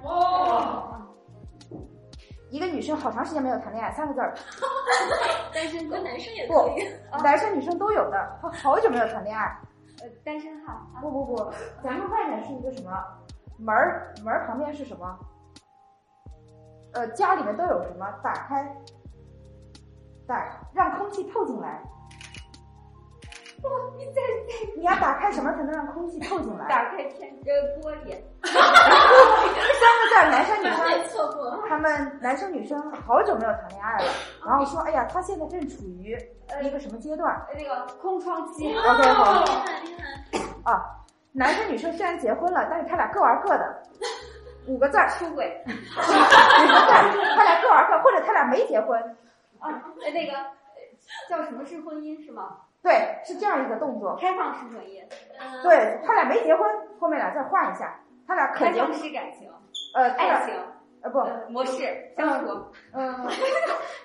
D: 一个女生好长时间没有谈恋爱三个字儿，
A: 单身狗，男生也
D: 不，男生女生都有的。她好久没有谈恋爱，
G: 呃，单身汉，啊
D: 不不不，咱们外面是一个什么门儿？门儿旁边是什么？呃，家里面都有什么？打开，打让空气透进来。不，你在你 要打开什么才能让空气透进来？
G: 打开天呃玻璃，
D: 三个字儿，男生女生。
B: 错过。
D: 他们男生女生好久没有谈恋爱了，然后说，哎呀，他现在正处于一个什么阶段
G: 呃那个空窗期，
D: ？OK，好
A: 厉害厉害，
D: 啊，男生女生虽然结婚了，但是他俩各玩各的， 五个字儿，
G: 出轨，
D: 五个字儿，他俩各玩各，或者他俩没结婚，
G: 啊，呃那个呃叫什么是婚姻是吗？
D: 对，是这样一个动作，
G: 开放式婚姻，
A: 嗯，
D: 对他俩没结婚，后面俩字儿换一下，他俩可
G: 开
D: 结
G: 放式感情，
D: 呃，他
G: 爱
D: 俩
G: 情
D: 呃不，
G: 呃模式相处，
D: 嗯，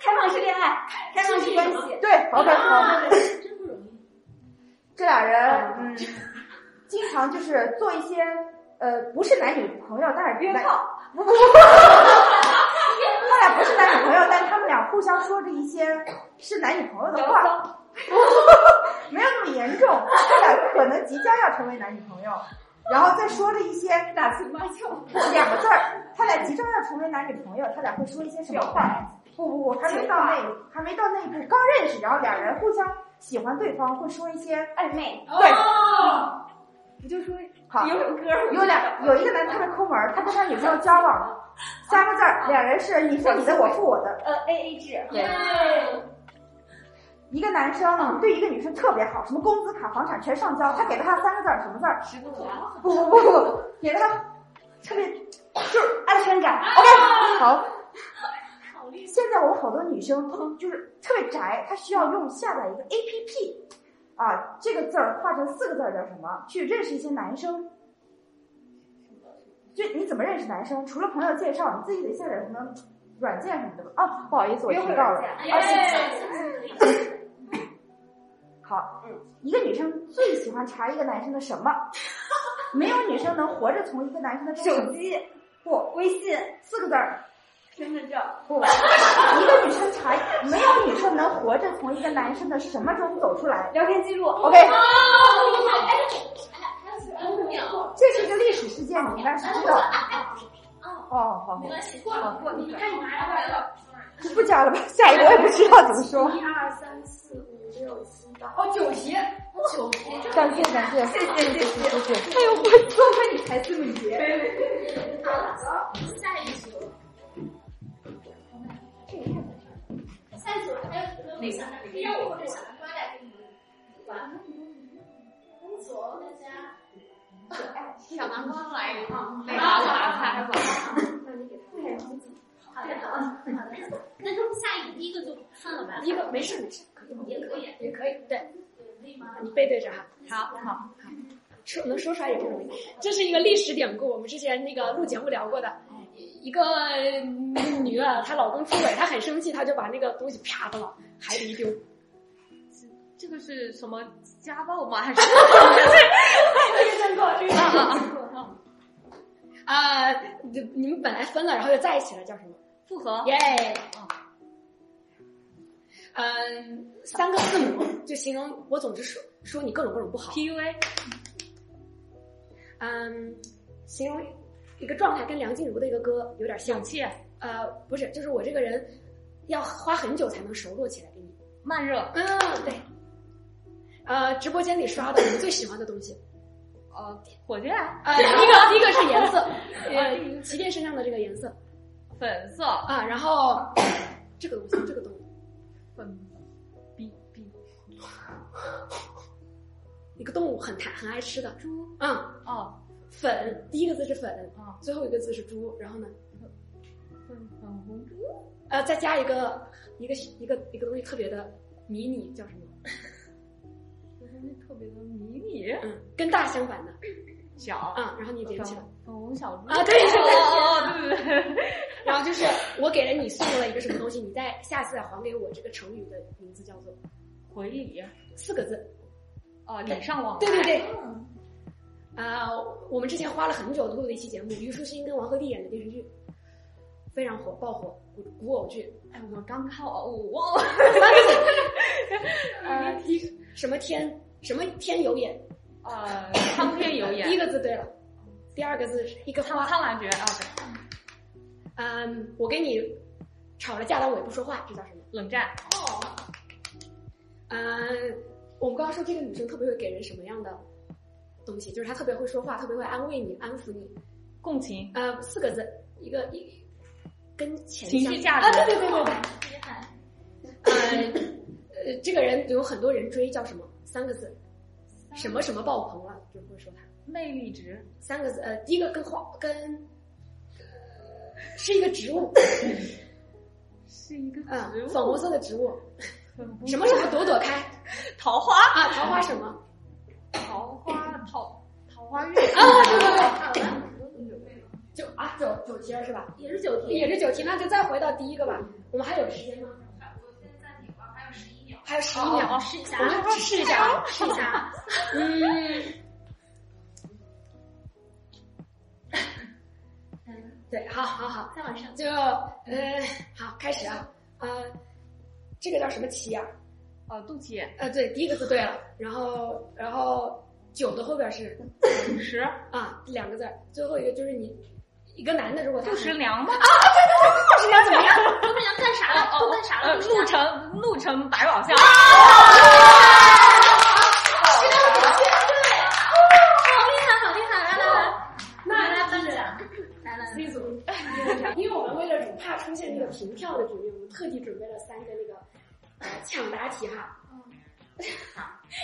G: 开放式恋爱，开放式关系，
D: 对，OK，好，
A: 真不容易，
D: 这俩人嗯，经常就是做一些呃不是男女朋友，但是
G: 约
D: 男
G: 炮，
D: 不不不，他俩不是男女朋友，但他们俩互相说着一些是男女朋友的
G: 聊
D: 话，
G: 骚，
D: 没有那么严重，他俩可能即将要成为男女朋友，然后再说着一些
G: 打情骂俏，
D: 两个字儿，他俩即将要成为男女朋友，他俩会说一些什么
G: 表
D: 话？不不不，还没到那，还没到那一步，刚认识，然后俩人互相喜欢对方，会说一些
G: 暧昧，
D: 对，
G: 你就说
D: 好
G: 有首歌儿，
D: 有两有一个男特别抠门儿，他跟他女朋友交往 了，三个字儿，两人是你付你的，我付我的，
G: 呃 A A 制，
E: 对
D: 一个男生对一个女生特别好，什么工资卡、房产全上交，他给了她三个字儿，什么字儿？
G: 十足啊，
D: 不不不不，给了她特别就是
G: 安全感，
D: 好。现在我好多女生就是特别宅，她需要用下载一个 APP，啊，这个字儿画成四个字儿叫什么？去认识一些男生。就你怎么认识男生？除了朋友介绍，你自己得下载什么软件什么的吧？啊，不好意思，我
G: 约会
D: 听到
G: 软
D: 了。啊
G: 件。
A: 哎呀，
D: 好，嗯一个女生最喜欢查一个男生的什么？没有女生能活着从一个男生的
G: 手
D: 机
G: 机、
D: 不
G: 微信、
D: 四个字儿
G: 身份证、
D: 不，一个女生查没有女生能活着从一个男生的什么中走出来
G: 聊天记录。
D: ？OK，
A: 五秒，
D: 这是一个历史事件，你应该是知道。
I: 好好好
H: 没，关系，过了过了，你看你拿来了，
I: 不加了吧，下一个我也不知道怎么说。
H: 一二三四五六七八，哦，九题，九题，
I: 感谢感谢，谢谢谢谢
D: 嗯
I: 谢谢。
H: 哎呦，我做问你才这么绝。好了，下一组，下一组还有哪三个？让我的小南瓜来给你们玩。左大家，小南瓜来一个啊，
J: 哎
H: 来来来好的，好的，好的。那就下一第一个就算了吧。
B: 第一个没事没事，可以
H: 也可以，
B: 也可以，对
H: 可以吗？
B: 你背对着哈。好好好， 说能说出来也不容易。这是一个历史典故，我们之前那个录节目聊过的。一个女的，她老公出轨，她很生气，她就把那个东西啪的往海里一丢。
J: 这个是什么家暴吗？还是
B: 这个见过，这个见过。 啊，你你们本来分了，然后又在一起了，叫什么？
J: 复合？
B: 耶、哦嗯，三个字母就形容我，总之说说你各种各种不好。
J: PUA
B: 嗯，形容一个状态跟梁静茹的一个歌有点像
J: 勇。气、
B: 呃，不是，就是我这个人要花很久才能熟络起来给你。
J: 慢热、
B: 嗯，对。呃，直播间里刷的你最喜欢的东西，
J: 火箭、
B: 呃，第一个第一个是颜色，呃，齐天身上的这个颜色
J: 粉色、
B: 啊，然 后这个东西，这个东西，
J: 粉 B B
B: 一个动物很贪很爱吃的，
J: 猪
B: 嗯，
J: 哦，
B: 粉，第一个字是粉，
J: 啊
B: 最后一个字是猪，然后呢，
J: 粉粉红猪
B: 呃，再加一个一个一个一个东西特别的迷你，叫 什么？
J: 就是特别的迷你
B: 嗯，跟大相反的，
J: 小
B: 嗯，然后你连起来。
J: 粉红小猪
B: 啊对对对
J: 哦哦对对对，
B: 然后就是我给了你送了一个什么东西，你再下次再还给我。这个成语的名字叫做
J: 回忆里
B: 四个字。
J: 哦，礼尚往来，
B: 对对对。啊、我们之前花了很久录的一期节目，虞书欣跟王鹤棣演的电视剧，非常火，爆火，古古偶剧。
J: 哎，我刚看完，我忘了，
B: 三个字， 呃，第一什么天什么天有眼，
J: 呃，苍天有眼
B: 第一，个字对了，第二个字是一个
J: 苍
B: 花。
J: 苍兰诀啊，对
B: 嗯，我跟你吵了架，但我也不说话，这叫什么？
J: 冷战，
B: 嗯，我们刚刚说这个女生特别会给人什么样的东西，就是她特别会说话，特别会安慰你、安抚你。
J: 共情，
B: 呃，四个字，一个一跟钱
J: 情绪价
B: 啊，
J: 值
B: 对对对对对。 呃，呃，这个人有很多人追，叫什么？三个字，什么什么爆棚了，就会说他
J: 魅力值，
B: 三个字。呃，第一个跟花跟、呃、是一个植物，
J: 是一个
B: 嗯
J: 植，物，
B: 粉红色的植物，
J: 粉红
B: 什么什么朵朵开
J: 桃花
B: 啊，桃花什么？
J: 桃花桃桃花运
B: 啊，对对对，九啊九九题了是吧？也是九题，也是九题，那就再回到第一个吧。我们还有时间吗？还有十一秒，
A: 试一下
B: 我们试一下啊，试一下啊。嗯， 对，好好好，
A: 再往上，
B: 就呃，好，开始啊，呃，这个叫什么棋呀、
J: 啊，肚脐
B: 呃，对，第一个字对了，然后然后九的后边是
J: 十，
B: 啊两个字儿，最后一个就是你一个男的，如果他
J: 不食粮吧，
B: 十两怎么样？
A: 都是要干啥了？都干啥
J: 呃
A: 了？都
J: 路程路程百宝箱，
A: 好厉害，好厉害！来来来，
B: 那那当然。
A: 来来来，
B: C 组，因为我们为了不怕出现那个平票的局面，我们特地准备了三个那个呃抢答题哈。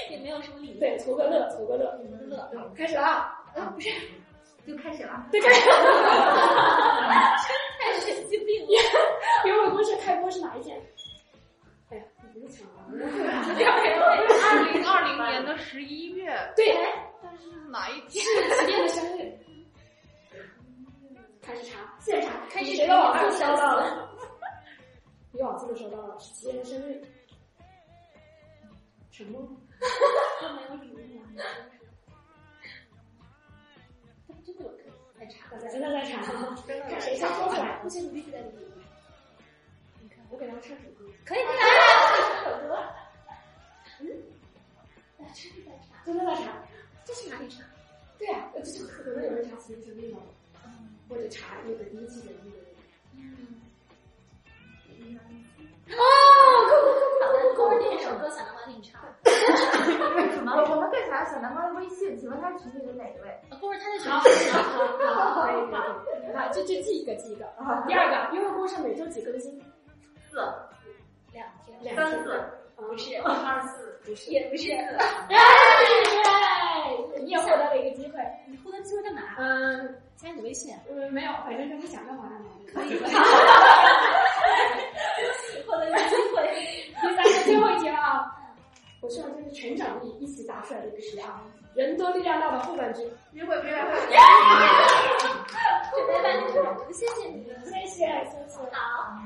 A: 也没有什么礼
B: 对，图个乐，图个乐。
A: 乐。
B: 嗯开始了啊！啊，不是，
A: 就开始了，
B: 对，开始了。
A: 太 神经病了！
B: 原本公式开播是哪一天？哎呀，你不是抢 答吗？
J: 二零二零年的十一月，
B: 对，
J: 但是哪一天？
B: 是齐天的生日。开始查，现查，开始谁的网上收到了？你网速都收到了，是齐天的生日。沉默。
A: 真的有可以再查，
B: 大家真的在查，看谁先说出来。不行，你必须在你你看，我给大家唱首歌。
A: 可以可以。
B: 真的在查？
A: 这是哪里查？
B: 对啊，我就可能有人查齐天生日了。或者查那个第一季的那个。
A: 过会儿点一首歌，小南瓜给你唱。
C: 什么？我们调查小南瓜的微信，请问他群里的哪一位？
A: 过会呃儿他在学校。
B: 好，可以可以，啊，就就记一个记一个。第二个，优惠故事每周几更新？
C: 四、
A: 两天，
B: 两
C: 三
B: 天
C: 四，
A: 不是，
C: 二四，
B: 不是，
A: 也不是。
B: 哎，你也获得了一个机会。
A: 你互动机会干嘛？
B: 嗯，
A: 加你微信。
B: 嗯，没有，反正就是想干嘛干嘛。可以。
A: 获得一个机会。
B: 第三个最后一题了啊！我希望就是全场力一起打出来这个十啊！人多力量大的后半句，
C: 约会约会。
A: 谢谢你。
B: 谢谢谢谢。好。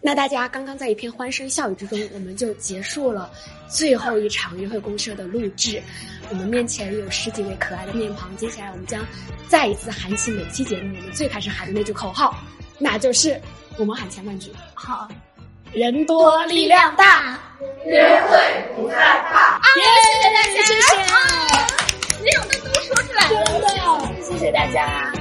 B: 那大家刚刚在一片欢声笑语之中，我们就结束了最后一场约会公社的录制。我们面前有十几位可爱的面庞，接下来我们将再一次喊起每期节目我们最开始喊的那句口号，那就是我们喊前半句：
A: 好，
B: 人多力量大。
C: 约会不害怕。
B: 耶！谢谢大家，谢谢。
A: 没想到都说出来了。
B: 真的，谢谢大家。